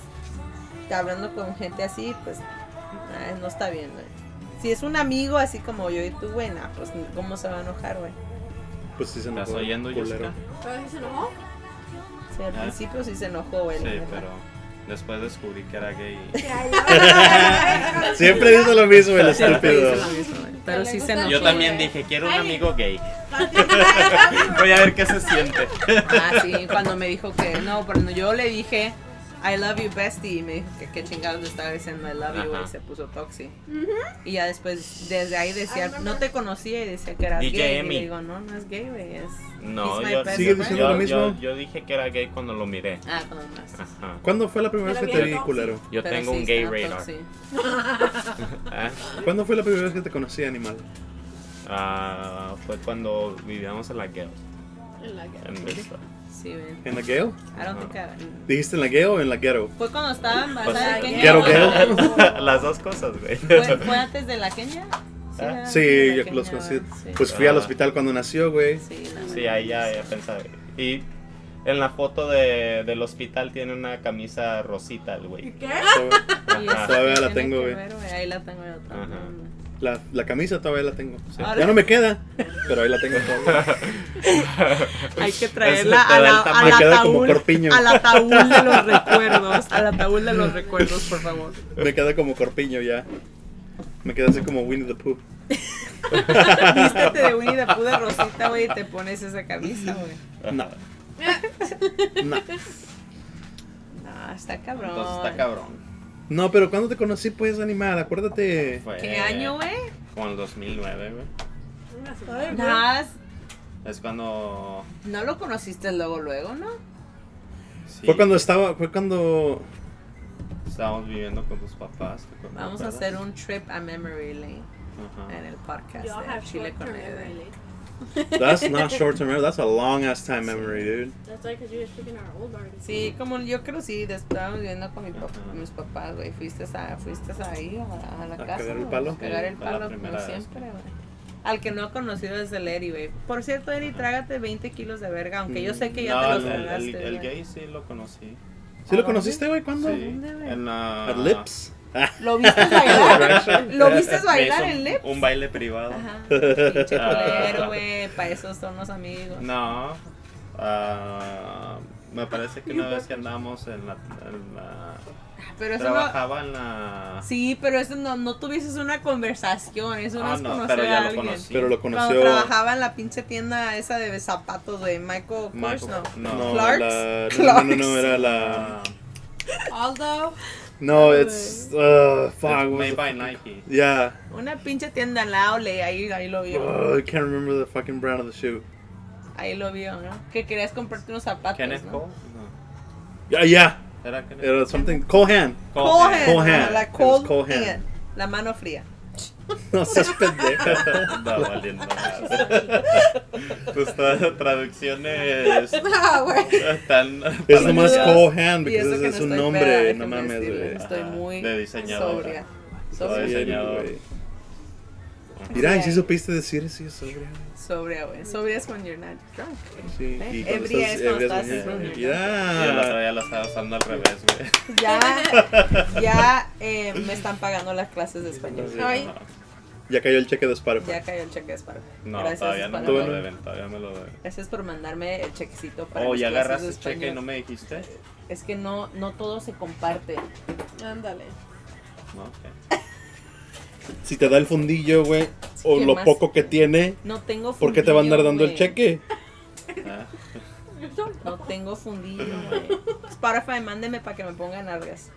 S3: hablando con gente así, pues ah, no está bien, güey. Si es un amigo así como yo y tú, güey, nah, pues cómo se va a enojar, güey.
S2: Pues sí se
S1: ¿Estás
S2: enojó,
S1: oyendo,
S2: culero.
S1: Jessica?
S5: ¿Pero sí se enojó?
S3: Sí, al
S1: Ah.
S3: principio sí se enojó, güey. la
S1: Sí,
S3: neta.
S1: pero después descubrí que era gay.
S2: Siempre dice lo mismo el
S3: Siempre
S2: estúpido.
S3: hizo lo mismo, güey, Pero sí se
S5: Y
S1: Y
S3: enojó.
S1: yo también dije, quiero un amigo gay. Voy a ver qué se siente.
S3: Ah, sí, cuando me dijo que no, pero no, yo le dije I love you bestie y me dijo que qué chingados le estaba diciendo I love you
S1: Ajá.
S3: y se puso toxic. Y ya después desde ahí decía, no te conocía y decía que eras
S1: DJ
S3: gay y
S1: Emi.
S3: le digo, "No, no es gay, güey, es
S1: No,
S3: he's my
S1: yo,
S3: best
S2: Sigue
S3: friend".
S2: diciendo
S1: yo-
S2: lo
S1: yo-
S2: mismo.
S1: yo dije que era gay cuando lo miré.
S3: Ah, cuando más.
S1: Ajá.
S2: ¿Cuándo fue la primera vez
S5: Pero
S2: que te
S5: bien
S2: vi,
S5: tóxico.
S2: culero?
S1: Yo
S3: Pero
S1: tengo
S3: sí,
S1: un gay
S3: estaba
S1: radar.
S3: toxic.
S1: Ah,
S2: ¿Cuándo fue la primera vez que te conocí, animal?
S1: ah, fue cuando vivíamos en la Gale.
S5: En la guerra.
S1: En Vista.
S3: Sí, güey.
S2: ¿En la gale?
S3: I don't think I-
S2: ¿Dijiste en la gale o en la ghetto?
S3: Fue cuando estaba embarazada de
S5: Pues,
S3: Kenia.
S2: Quiero que-
S1: Las dos cosas, güey.
S3: ¿Fue, fue antes de la Kenia?
S1: Ah.
S3: era antes de
S2: Sí,
S3: la
S2: yo los
S3: Kenia,
S2: conocí.
S3: güey, sí.
S2: Pues fui al
S1: Ah.
S2: hospital cuando nació, güey.
S3: Sí, la
S1: Sí,
S3: verdad.
S1: ahí ya, ya pensaba. Y en la foto de, del hospital tiene una camisa rosita el güey.
S5: ¿Qué?
S3: Y
S1: Ajá.
S3: eso
S2: Todavía la
S3: tiene
S2: tengo,
S3: que
S2: güey.
S3: ver, güey, Ahí la tengo yo
S1: Ajá.
S3: también.
S2: La, la camisa todavía la tengo.
S3: Ahora-
S2: Ya no me queda, pero ahí la tengo todavía. Pues,
S3: Hay que traerla
S1: te
S3: a
S1: da
S3: la,
S1: el tamaño.
S3: al
S2: Me queda como
S3: ataúd,
S2: corpiño.
S3: al ataúd de los recuerdos, al ataúd de los recuerdos, por favor.
S2: Me queda como corpiño ya. Me queda así como Winnie the Pooh.
S3: Vístete de Winnie the Pooh de Rosita, güey, y te pones esa camisa, güey.
S2: No. No.
S3: No, está cabrón.
S1: Entonces Pues, está cabrón.
S2: No, pero ¿cuándo te conocí, pues, animal? Acuérdate.
S1: Fue
S3: ¿Qué año, güey?
S1: Como en el 2009, güey.
S3: Nada,
S1: Es cuando.
S3: no lo conociste luego, luego, ¿no?
S1: sí,
S2: Fue cuando estaba, fue cuando
S1: Estábamos viviendo con tus papás. ¿te acuerdas?
S3: Vamos a hacer un Eh, trip a memory lane
S1: Ajá.
S3: en el podcast de Chile con Eden.
S2: That's not short term memory. That's a long ass time memory, dude.
S5: That's like because you were speaking our old artist.
S3: Sí, como yo creo sí, des- estábamos viviendo con mi pap-
S1: Ajá.
S3: mis papás, güey. Fuiste, a, fuiste ahí a la, a la
S2: ¿A
S3: casa.
S2: cagar el
S3: güey,
S2: palo?
S3: a cagar el
S1: Sí, fue la
S3: palo como
S1: primera vez.
S3: siempre, güey. Al que no ha conocido es el Eri, güey. Por cierto, Eri, trágate 20 kilos de verga, aunque yo sé que ya te
S1: No,
S3: los
S1: el, el-
S3: tragaste.
S1: el
S3: güey.
S1: gay sí lo conocí.
S2: ¿Sí
S3: ¿A
S2: lo
S3: dónde?
S2: conociste, güey? ¿Cuándo?
S1: Sí. Ah.
S3: dónde, güey?
S1: En la.
S2: At Lips.
S3: ¿Lo viste bailar? ¿Lo viste bailar
S1: Me hizo
S3: en Lip?
S1: Un baile privado.
S3: Ajá. Pinche
S1: Ah.
S3: culero, güey. Para eso son los amigos.
S1: No. ah, me parece que una vez que andamos en la, en la-
S3: Pero eso no,
S1: Trabajaba en la.
S3: sí, pero eso no, no tuvieses una conversación, eso no
S1: Ah,
S3: es
S1: no,
S3: conocer
S1: pero ya
S3: a
S1: lo
S3: alguien.
S1: conocí.
S2: Pero lo
S3: Cuando
S2: conoció.
S3: trabajaba en la pinche tienda esa de zapatos de Michael Kors,
S1: Michael-
S3: no.
S1: no.
S2: No,
S3: Clarks.
S2: la- no, no,
S3: Clarks.
S2: no, no, era la.
S1: Ah,
S5: Aldo,
S2: No, it's. Uh, fuck.
S1: it's
S2: what
S1: made
S2: the-
S1: by Nike.
S3: Ah,
S2: Yeah.
S3: Una pinche tienda en la Ole, ahí, ahí lo vio.
S2: Oh, I can't remember the fucking brand of the shoe.
S3: Ahí lo vio, ¿no? Que querías comprarte unos zapatos.
S1: Kenneth
S3: pues ¿no?
S1: Cole?
S2: Yeah, yeah.
S1: No. ¿Era Kenneth
S2: It was something. Cohan.
S3: Cold
S1: Cole.
S3: hand,
S2: Cold hand.
S3: no, La
S2: It was
S3: cold,
S2: cold hand.
S3: hand. La mano fría.
S2: No seas pendeja.
S1: Anda valiendo madre. Tus tra- traducciones
S5: no, güey.
S1: tan.
S2: Es nomás
S3: Saludos.
S2: Cohan,
S3: Y
S2: porque
S3: eso que
S2: ese es
S3: no
S2: un
S3: estoy peda,
S2: nombre. No
S3: déjenme
S2: mames,
S3: decirles,
S2: güey.
S3: Estoy
S1: Ah,
S3: muy
S1: de diseñadora.
S3: sobria.
S1: Soy
S2: Ay,
S3: Sobria,
S1: diseñador.
S2: güey. Mira, y si
S3: Sí.
S2: supiste decir eso, es sobria.
S3: sobria, güey. Sobria es cuando you're not drunk. güey.
S2: Sí,
S3: Eh,
S2: y cuando
S3: ebria
S2: estás
S3: es cuando
S2: ebria es
S3: estás
S2: muy-
S3: ebria.
S1: Yo la
S2: Yeah.
S1: traía, la estaba usando al revés, güey.
S3: Ya, ya eh, me están pagando las clases de español.
S5: Ay,
S2: Ya cayó el cheque de Spotify.
S3: Ya cayó el cheque de Spark.
S1: No,
S3: Gracias,
S1: todavía no me
S3: Spark.
S1: lo deben, todavía me lo deben.
S3: Gracias por mandarme el chequecito para
S1: Oh,
S3: mis
S1: ya
S3: clases
S1: agarraste
S3: de
S1: el cheque y
S3: español.
S1: no me dijiste.
S3: Es que no, no todo se comparte.
S5: ándale.
S1: No, ok. Ah.
S2: Si te da el fundillo, güey, o
S3: ¿Qué
S2: lo
S3: más?
S2: poco que tiene,
S3: No tengo fundillo.
S2: ¿por qué te va a andar dando el
S3: güey.
S2: cheque?
S1: Ah,
S3: No tengo fundillo, güey. Spotify, mándeme para que me pongan algas.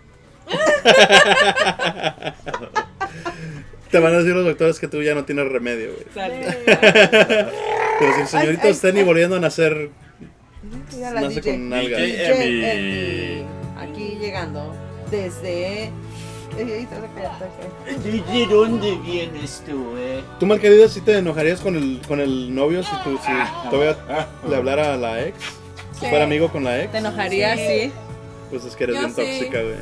S2: Te van a decir los doctores que tú ya no tienes remedio, güey. Pero si el señorito
S3: ay,
S2: está ni volviendo a nacer,
S3: Mira la
S2: nace
S3: DJ.
S2: con nalgas.
S1: DJ.
S3: DJ Emi. Aquí llegando desde.
S6: DJ, ¿dónde vienes tú, eh?
S2: ¿Tú, mal querida, si te enojarías con el, con el novio si tú si todavía le hablara a la ex? Si
S5: Sí.
S2: fuera amigo con la ex,
S3: Te enojaría, sí.
S2: pues es que eres
S5: Yo
S2: bien
S5: sí.
S2: tóxica, güey.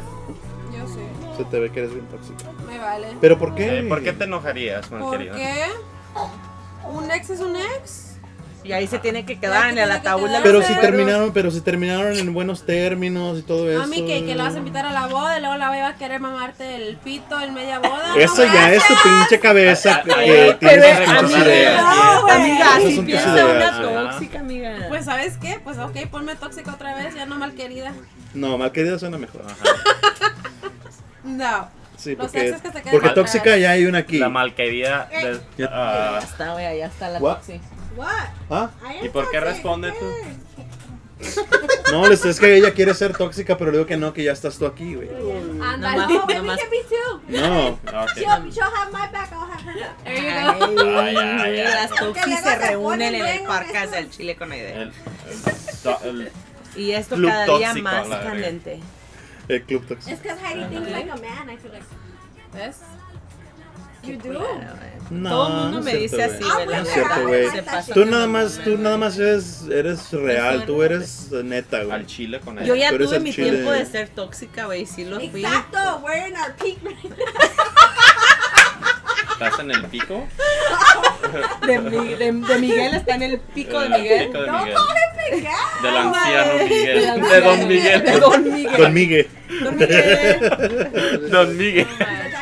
S5: Yo sé,
S2: Se te ve que eres bien tóxica.
S5: me vale.
S2: ¿Pero por qué?
S1: Eh, ¿Por qué te enojarías, mal
S5: ¿Por
S1: querido?
S5: qué? ¿Un ex es un ex?
S3: Y ahí se tiene que quedar en el
S5: tiene que
S3: ataúd de
S5: quedar.
S3: los
S2: Pero si
S5: Pero-
S2: terminaron, pero si terminaron en buenos términos y todo eso. eh.
S5: A mí que, que la vas a invitar a la boda y luego la va a querer mamarte el pito en media boda.
S2: Eso
S5: no, Pues,
S2: ya es tu pinche cabeza que que
S3: Ah, Pero
S2: tienes
S3: es-
S2: esas pinches
S3: amiga,
S2: ideas.
S5: No, güey.
S3: Amiga,
S2: Esas
S3: así
S2: son tus
S3: piensa
S2: ideas,
S3: una
S1: ¿verdad?
S3: tóxica, amiga.
S5: Pues ¿sabes qué? Pues ok, ponme tóxica otra vez, ya no mal querida.
S2: No, mal querida suena mejor.
S5: No.
S2: Sí,
S5: Los
S2: porque,
S5: exes que se quedan
S2: porque
S5: atrás.
S2: tóxica ya hay una aquí.
S1: La malquerida. de-
S2: Ya-
S3: Eh, Ya
S1: ah,
S3: está, güey, allá está la
S2: What?
S3: toxi.
S5: What?
S2: ¿Ah?
S1: ¿Y por qué responde tú?
S3: eh.
S2: No, les- es que ella quiere ser tóxica, pero le digo que no, que ya estás tú aquí, güey.
S5: Anda,
S3: Nomás-
S5: no, baby,
S3: nomás-
S5: get me too.
S2: No.
S1: Ah, ok. Ah,
S5: She'll have my back, I'll have her. There you go.
S3: Ay, güey,
S1: ay, ay.
S3: las
S5: Que
S3: toxis
S5: luego
S3: se
S5: se
S3: reúnen
S5: ponen
S3: en el
S5: luego,
S3: parque
S5: eso.
S3: del Chile con idea.
S1: El- el to- el-
S3: Y esto
S1: Club
S3: cada día
S1: tóxico,
S3: más
S1: la verga.
S3: candente.
S2: El club tóxico.
S5: because Heidi thinks like a man, I feel like. Yes? You do?
S3: Claro, güey.
S2: No,
S3: Todo el mundo
S2: no
S3: me
S2: es
S3: dice
S2: cierto,
S3: así,
S2: güey.
S3: güey. la
S2: No es
S3: neta.
S2: cierto, güey.
S3: Se pasan
S2: Tú
S3: de
S2: nada
S3: mamona,
S2: más, tú
S3: güey.
S2: nada más eres, eres real, tú eres neta,
S1: al
S2: güey.
S1: chile con ella.
S3: Yo ya
S2: Tú eres
S3: tuve
S2: al
S3: mi
S2: chile.
S3: tiempo de ser tóxica, güey, y sí lo fui.
S5: Exacto, we're in our peak right now.
S1: ¿Estás en el pico?
S3: De, mi- de- de Miguel está en el pico de
S1: En el
S3: Miguel.
S1: pico de
S5: No
S1: Miguel.
S5: Miguel.
S1: Del anciano Miguel.
S3: Del
S1: De Don
S3: anciano
S1: Miguel.
S3: De Don Miguel.
S2: Con Migue.
S3: Don Miguel.
S1: Don Miguel.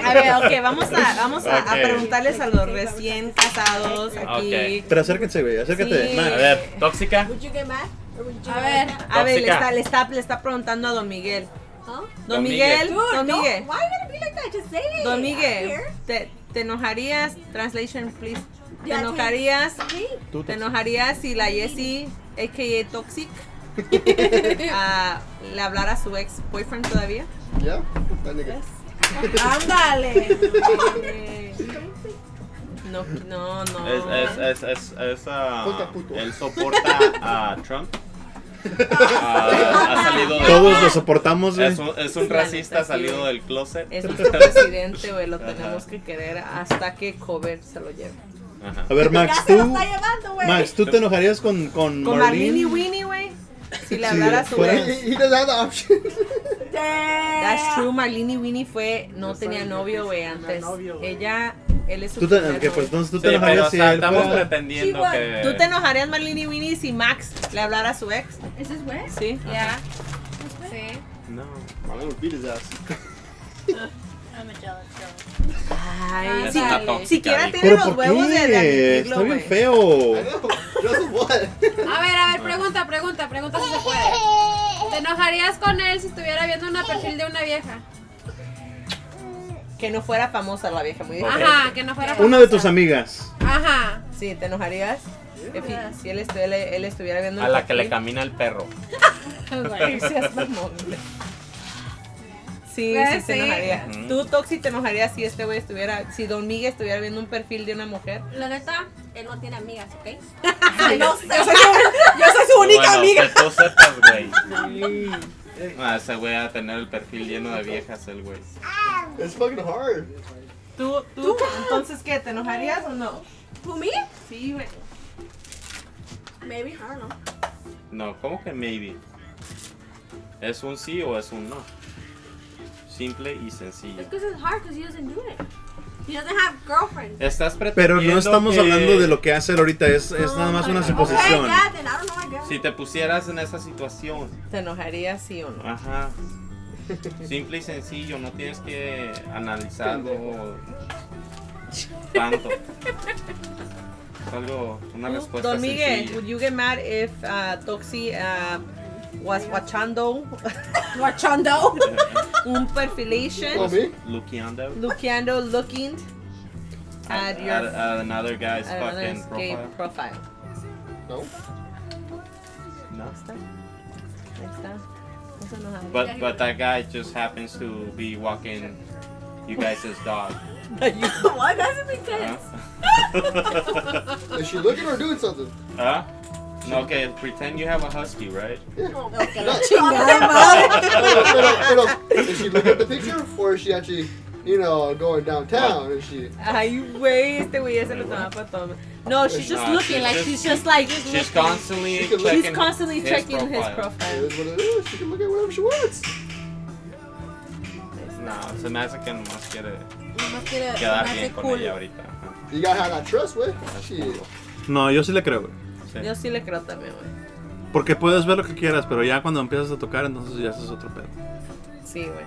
S3: A ver, ok, vamos a, vamos a, a
S1: Ok.
S3: preguntarles a los recién casados aquí.
S1: Ok.
S2: Pero acérquense, güey, acércate.
S3: Sí.
S2: Más.
S1: A ver, tóxica.
S5: Would you get mad? Or would you
S3: A ver, a ver, le
S1: Tóxica.
S3: está, le, está, le está preguntando a Don Miguel.
S5: Huh?
S3: Don
S1: Don
S3: Miguel,
S1: Miguel.
S3: Don
S5: don't-
S3: Miguel,
S5: Why you gotta be like that? Just say it.
S3: Don
S5: I'm
S3: Miguel,
S5: here.
S3: te, te enojarías, translation please, te
S5: Ya, sí.
S3: enojarías,
S5: Sí.
S2: Tú,
S3: te
S2: tóxica.
S3: enojarías si la Jessie, a.k.a. Toxic, ah, le hablara a su ex boyfriend todavía.
S7: Yeah? That nigga.
S5: Ándale.
S3: No, no, no.
S1: Es, es, es, es, es, ah,
S7: Puta puto.
S1: él soporta a Trump. Ah, ha salido de-
S2: Todos lo soportamos, güey.
S1: es un, es un racista salido del closet.
S3: Es nuestro presidente, güey, lo tenemos que querer hasta que Cover se lo lleve.
S1: Ajá.
S2: A ver, Max,
S5: Ya se lo
S2: tú.
S5: está llevando, güey.
S2: Max, ¿tú te enojarías con, con,
S3: Con Marlene y
S2: Marlene?
S3: Winnie, güey, si le
S2: Sí,
S3: hablara a su
S2: fuera-
S3: ex.
S7: He, he doesn't have the option.
S8: Eh.
S3: That's
S5: Damn.
S3: true, Marlene y Winnie fue, no tenía novio, güey, antes. Ella, él es su
S2: Tú te,
S3: primer
S2: que, pues,
S3: novio.
S2: entonces tú
S1: Sí,
S2: te
S1: pero,
S2: enojarías
S1: o
S2: si
S1: sea,
S2: él
S1: estamos
S2: fuera-
S1: pretendiendo
S5: Sí,
S1: que.
S3: ¿Tú te enojarías, Marlene y Winnie, si Max le hablara a su ex?
S5: Is this wet?
S3: Sí.
S5: Yeah. Sí.
S1: No.
S7: I'm gonna beat his ass.
S3: Ay,
S5: Está
S3: si,
S1: tóxica,
S3: siquiera
S1: dijo.
S3: tiene
S2: ¿Pero
S3: los
S2: por
S3: huevos de, de
S2: qué?
S3: admitirlo,
S2: Está bien
S3: güey.
S2: feo.
S7: Just what?
S5: A ver, a ver, pregunta, pregunta, pregunta si se puede. ¿Te enojarías con él si estuviera viendo una perfil de una vieja?
S3: Que no fuera famosa la vieja, muy diferente.
S5: Ajá, que no fuera
S2: Una de
S5: famosa.
S2: tus amigas.
S5: Ajá.
S3: Sí, ¿te enojarías? Que fi- Si él, estu- él- él estuviera viendo.
S1: A
S3: el
S1: la que le
S3: perfil.
S1: camina el perro.
S3: Ay, seas mamón. Sí,
S5: Pues
S3: sí, se
S5: sí.
S3: enojaría.
S1: Ujú.
S3: Tú, Toxi, te enojarías si este güey estuviera, si Don Miguel estuviera viendo un perfil de una mujer.
S8: La neta, él no tiene amigas, ¿ok?
S3: no sé, yo soy, yo soy su única
S1: Bueno,
S3: amiga.
S1: Que tú sepas, güey. Ah, ese güey va a tener el perfil lleno de viejas, el güey.
S7: It's fucking hard.
S3: ¿Tú, tú, entonces, ¿qué? ¿Te enojarías o no?
S8: ¿Who me?
S3: Sí, güey.
S8: Maybe, I don't know.
S1: No, ¿cómo que maybe? ¿Es un sí o es un no? Simple y sencillo.
S8: It's because it's hard because he doesn't do it. He doesn't have girlfriends.
S1: Estás
S2: Pero
S1: pretendiendo
S2: no estamos
S1: que
S2: hablando de lo que hace él ahorita, es, es nada más una
S8: Okay,
S2: suposición.
S8: yeah, then I don't know my girl.
S1: Si te pusieras en esa situación,
S3: ¿Te enojarías sí o no?
S1: ajá. Simple y sencillo, no tienes que analizarlo tanto. Es algo, una
S3: Tú,
S1: respuesta
S3: Don Miguel,
S1: sencilla.
S3: would you get mad if uh, Toxi uh, was watchando
S8: Guachando.
S3: un perfilation?
S7: Oh, me?
S1: Looking
S3: Luciano looking at
S1: at,
S3: your
S1: at, at another guy's
S3: at another's
S1: fucking
S3: gay
S1: profile.
S3: profile.
S7: No.
S1: No.
S3: Ahí está. No se enojaría.
S1: But but that guy just happens to be walking you guys' dog.
S8: What? Doesn't make sense.
S1: Huh?
S7: Is she looking or doing something?
S1: Huh? No, okay, pretend you have a husky, right?
S7: Pero, pero, pero, is she looking at the picture or is she actually, you know, going downtown? Is she?
S3: Ay, güey, este güey ya se lo tomaba para todo. No, she's just
S1: No,
S3: looking
S1: she's
S3: like
S1: just-
S3: she's just like
S1: She's constantly
S7: She can look-
S1: checking
S3: she's constantly
S1: his
S3: checking his
S1: profile.
S7: It
S3: profile.
S7: is what it is. She can look at whatever she wants.
S1: No, se me hace que nomás quiere
S5: Nomás quiere
S1: quedar
S5: sonarse
S1: bien con
S5: cool.
S1: ella ahorita. Ajá.
S7: You gotta have that trust, wey. Shit.
S2: No, yo sí le creo, güey.
S1: Sí.
S3: Yo sí le creo también, güey.
S2: Porque puedes ver lo que quieras, pero ya cuando empiezas a tocar, entonces ya haces otro pedo.
S3: Sí, güey.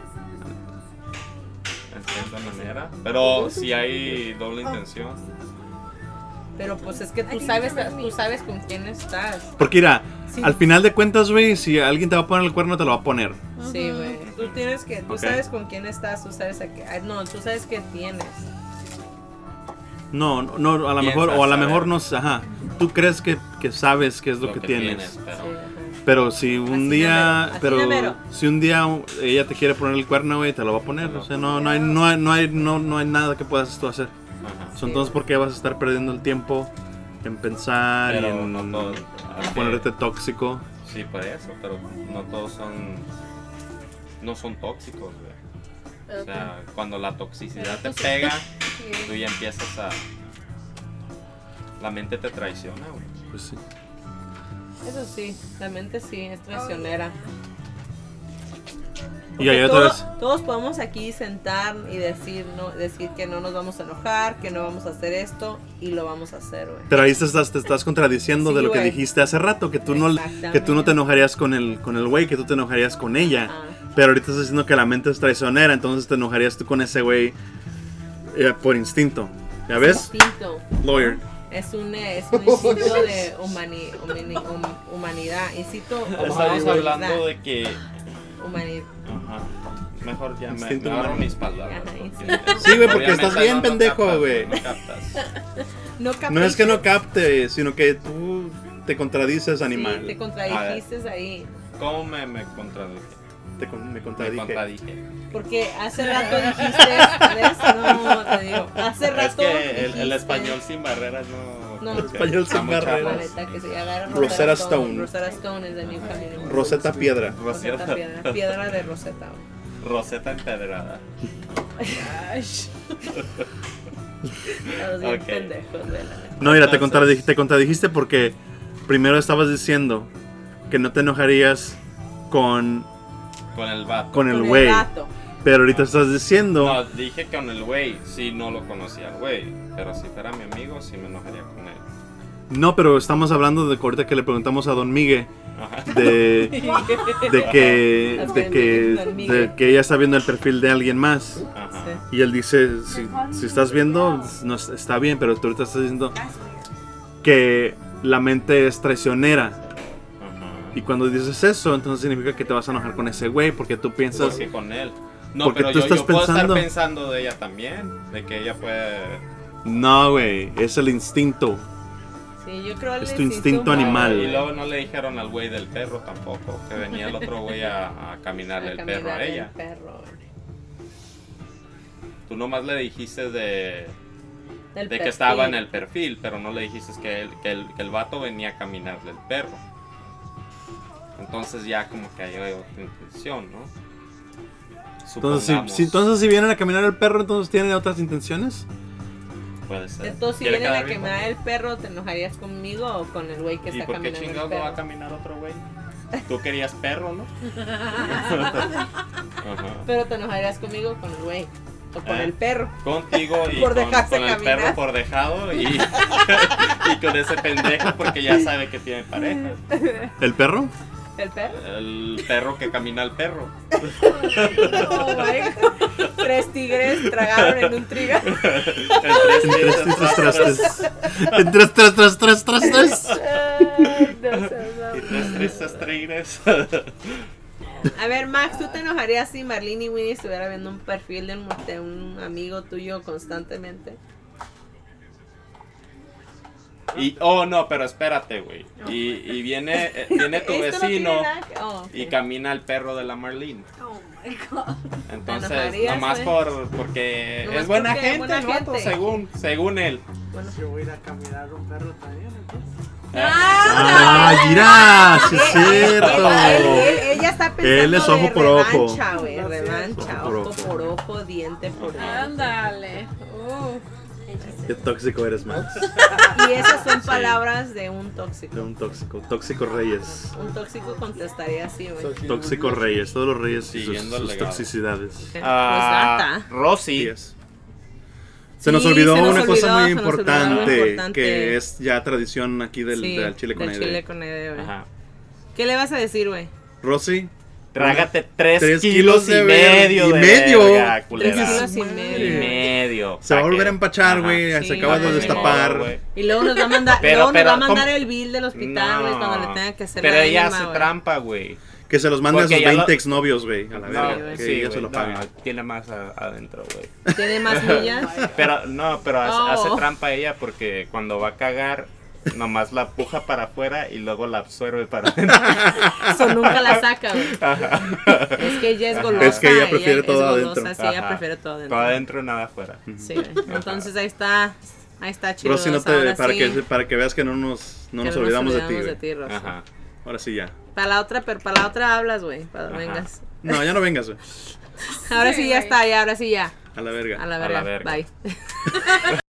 S1: En cierta manera. Pero si hay doble
S2: Ah.
S1: intención.
S3: Pero pues es que tú sabes, tú sabes con quién estás.
S2: Porque mira,
S3: Sí.
S2: al final de cuentas, güey, si alguien te va a poner el cuerno, te lo va a poner.
S3: Sí, güey. Tú tienes que, tú
S1: Ok.
S3: sabes con quién estás, tú sabes a qué. ay, No, tú sabes qué tienes.
S2: No, no, no, a lo
S1: Piensas,
S2: mejor, o a lo
S1: saber.
S2: mejor no, sé, ajá. Tú crees que, que sabes qué es lo, que, tienes.
S3: Sí,
S1: pero-
S3: ajá.
S2: Pero si
S3: Así
S2: un
S3: de mero,
S2: día,
S3: así de mero.
S2: pero si un día ella te quiere poner el cuerno, güey, te lo va a poner. O sea, no, no hay, no hay, no hay, no, no hay nada que puedas tú hacer.
S1: ajá.
S2: So, entonces, ¿por qué vas a estar perdiendo el tiempo en pensar y
S1: Pero
S2: en
S1: no todo.
S2: en ponerte tóxico?
S1: Sí, por eso, pero no todos son. No son tóxicos, güey. O sea, cuando la toxicidad te pega, tú ya empiezas a. La mente te traiciona, güey.
S2: Pues sí.
S3: Eso sí, la mente sí, es traicionera.
S2: Y ahí
S3: Todo-
S2: otra vez.
S3: Todos podemos aquí sentar y decir, no, decir que no nos vamos a enojar, que no vamos a hacer esto y lo vamos a hacer, güey.
S2: Pero ahí te estás, te estás contradiciendo
S3: Sí,
S2: de lo que
S3: güey.
S2: dijiste hace rato, que tú no,
S3: Exactamente.
S2: que tú no te enojarías con el, con el güey, que tú te enojarías con ella.
S3: Ah.
S2: Pero ahorita estás diciendo que la mente es traicionera, entonces te enojarías tú con ese güey eh, por instinto. ¿Ya ves?
S3: Instinto.
S2: Lawyer.
S3: Es un, eh, es un instinto de humani- humani- hum- humanidad. Instinto.
S1: Estamos
S7: güey.
S1: hablando de que.
S3: Humanidad.
S1: Ajá. Mejor ya me,
S2: Instinto
S1: me agarro
S2: humano.
S1: mis palabras.
S3: Ajá,
S1: porque-
S2: Sí, güey, porque
S1: obviamente
S2: estás bien
S1: no
S2: pendejo,
S1: captas,
S2: güey.
S1: No captas.
S3: No, captas.
S2: No es que no capte, sino que tú te contradices, animal.
S3: Sí, te
S1: Ah.
S3: contradijiste ahí.
S1: ¿Cómo me, me contradije?
S2: Te con- me
S1: Me
S2: contradije.
S1: contradije.
S3: Porque hace rato dijiste. ¿ves? No, te digo. Hace
S1: Es
S3: rato.
S1: que el, el
S3: dijiste-
S1: español sin barreras no.
S3: No.
S1: como que
S2: Español
S1: está
S2: sin
S1: muy chavo.
S3: La
S2: barreras.
S3: neta que se agarra
S2: Rosetta Stone.
S3: Rosetta Stone es de New Community.
S2: Rosetta Piedra.
S1: Rosetta.
S3: Rosetta Piedra. Piedra de Rosetta. güey.
S1: Roseta empedrada.
S3: Todos bien
S1: Ok.
S3: pendejos, güey, la neta.
S2: No, mira, te,
S1: Entonces-
S2: contradij- te contradijiste porque primero estabas diciendo que no te enojarías con,
S1: Con el vato.
S2: con
S3: Con
S2: el güey.
S3: vato.
S2: Pero ahorita estás diciendo.
S1: No, dije que con el güey, sí, no lo conocía el güey. Pero si fuera mi amigo, sí me enojaría con él.
S2: No, pero estamos hablando de que ahorita que le preguntamos a Don Miguel
S1: Ajá.
S2: de, de que de
S3: Don
S2: que,
S3: Miguel.
S2: de que ella está viendo el perfil de alguien más
S1: Ajá.
S3: Sí.
S2: y él dice si, si estás viendo no es- está bien, pero tú ahorita estás diciendo que la mente es traicionera
S1: Ajá.
S2: Y cuando dices eso, entonces significa que te vas a enojar con ese güey porque tú piensas.
S1: Porque con él. No,
S2: Porque
S1: pero
S2: tú
S1: yo,
S2: estás
S1: yo puedo
S2: pensando-
S1: estar pensando de ella también, de que ella puede...
S2: No, güey, es el instinto.
S3: Sí, yo creo el
S2: Es tu instinto animal.
S1: Y luego no le dijeron al güey del perro tampoco, que venía el otro güey a, a caminarle
S3: Al
S1: el perro a
S3: caminar ¿eh?
S1: ella.
S3: el perro.
S1: Tú nomás le dijiste de,
S3: Del
S1: de que
S3: perfil.
S1: estaba en el perfil, pero no le dijiste que el, que el, que el vato venía a caminarle el perro. Entonces ya como que hay otra intención, ¿no?
S2: Entonces si,
S1: Supongamos.
S2: si- entonces, si vienen a caminar el perro, entonces tienen otras intenciones.
S1: Puede ser.
S3: Entonces, si
S1: ¿Quiere
S3: vienen a
S1: quedar bien?
S3: quemar el perro, ¿te enojarías conmigo o con el güey que
S1: ¿Y
S3: está
S1: por qué
S3: caminando
S1: chingados
S3: el
S1: no va a
S3: perro?
S1: caminar otro güey? Tú querías perro, ¿no? Ajá.
S3: Pero te enojarías conmigo o con el güey o con
S1: Eh.
S3: el perro.
S1: Contigo y
S3: Por
S1: con,
S3: dejarse
S1: con el
S3: caminar.
S1: perro por dejado y, y con ese pendejo porque ya sabe que tiene pareja.
S2: ¿El perro?
S3: ¿El perro?
S1: El perro que camina al perro.
S3: Oh my God. Tres tigres tragaron en un trigo.
S1: En tres
S2: Tres,
S1: días, tras,
S2: tres, tres,
S1: tras,
S2: tres. En tres, tres, tres, tres, tres, tres.
S3: Ay, no seas
S1: y
S3: mamón.
S1: tres tristes tigres.
S3: A ver, Max, ¿tú te enojarías si Marlene y Winnie estuviera viendo un perfil de un, de un amigo tuyo constantemente?
S1: Y, oh no, pero espérate, güey. Y, y viene, eh, viene tu
S3: Esto no tiene
S1: vecino
S3: nada que- oh, ok.
S1: y camina el perro de la Marlene.
S8: Oh my god.
S1: Entonces,
S3: Te enojarías,
S1: nomás
S3: güey.
S1: por, porque
S3: Nomás
S1: es buena
S3: porque es
S1: gente,
S3: buena
S1: el vato,
S3: gente.
S1: según, según él.
S3: Bueno.
S9: Yo voy a ir a caminar un perro también, entonces.
S2: ¡Ah, mira! ¡Sí es cierto!
S3: Él- él- él- ella está pensando
S2: Él es
S3: de
S2: ojo por ojo.
S3: revancha, güey, revancha,
S2: Ojo por
S3: ojo
S2: ojo.
S3: por ojo, diente por diente.
S5: Ándale. Uh,
S2: Qué tóxico eres, Max.
S3: Y esas son palabras de un tóxico.
S2: Un tóxico. Tóxico Reyes.
S3: Un tóxico contestaría así, güey.
S7: So she
S2: Tóxico
S7: would be-
S2: Reyes. Todos los Reyes y sus,
S1: Siguiendo el
S2: sus
S1: legado.
S2: toxicidades.
S1: Ah,
S3: pues data.
S1: Rosy.
S2: Se nos
S3: Sí,
S2: olvidó
S3: se nos
S2: una cosa
S3: olvidó,
S2: muy
S3: se nos olvidó algo
S2: importante,
S3: importante.
S2: que es ya tradición aquí del,
S3: Sí,
S2: del Chile con
S3: del
S2: Aire.
S3: chile con Aide, güey.
S1: E Ajá.
S3: ¿Qué le vas a decir, güey?
S2: Rosy,
S1: Trágate tres,
S2: Tres
S1: kilos,
S2: kilos de
S1: y
S2: ver-
S1: medio.
S2: y
S1: de
S2: medio.
S1: verga,
S3: Tres
S1: culera.
S3: kilos y
S1: Y
S3: medio.
S1: medio.
S2: se va a
S1: Pa'
S2: volver a
S1: que-
S2: empachar,
S1: Ajá.
S2: güey. Se
S3: Sí,
S2: acaba de
S3: güey.
S2: destapar.
S1: güey.
S3: Y luego nos va a mandar,
S1: Pero-
S3: luego nos
S1: pero,
S3: va a mandar
S1: ¿cómo?
S3: el bill del hospital, güey, cuando le tenga que hacer
S1: Pero
S3: la
S1: ella
S3: enema,
S1: hace
S3: güey.
S1: trampa, güey.
S2: Que se los mande
S1: Porque
S2: a sus
S1: ya
S2: 20
S1: lo-
S2: exnovios, güey. A la
S1: No,
S2: verga.
S3: güey.
S2: que
S1: sí,
S2: ellos se
S1: güey,
S2: lo
S1: no,
S2: paguen.
S1: tiene más a- adentro, güey.
S3: Tiene más millas.
S1: Pero no, pero hace,
S3: Oh.
S1: hace trampa ella porque cuando va a cagar, nomás la puja para afuera y luego la absorbe para adentro.
S3: Eso nunca la saca, güey. Es que ella es golosa.
S2: Es que ella prefiere
S3: es
S2: todo
S3: golosa,
S2: adentro.
S3: Sí, ella
S1: Ajá.
S3: prefiere todo adentro.
S1: Todo adentro, nada afuera.
S3: Sí, güey. Entonces ahí está. Ahí está chido.
S2: Rosy, no te,
S3: ahora
S2: para,
S3: sí,
S2: que, para que veas que no nos, no
S3: que
S2: nos olvidamos, de ti, güey.
S3: Rosy.
S1: Ajá.
S2: Ahora sí ya.
S3: Para la otra, pero para la otra hablas, güey. Para
S1: Ajá.
S3: vengas.
S2: No, ya no vengas, güey.
S3: Ahora sí,
S5: Sí,
S3: ya
S5: güey.
S3: está, ya, ahora sí ya.
S2: A la verga.
S3: A la
S1: A la
S3: verga.
S1: verga.
S3: Bye.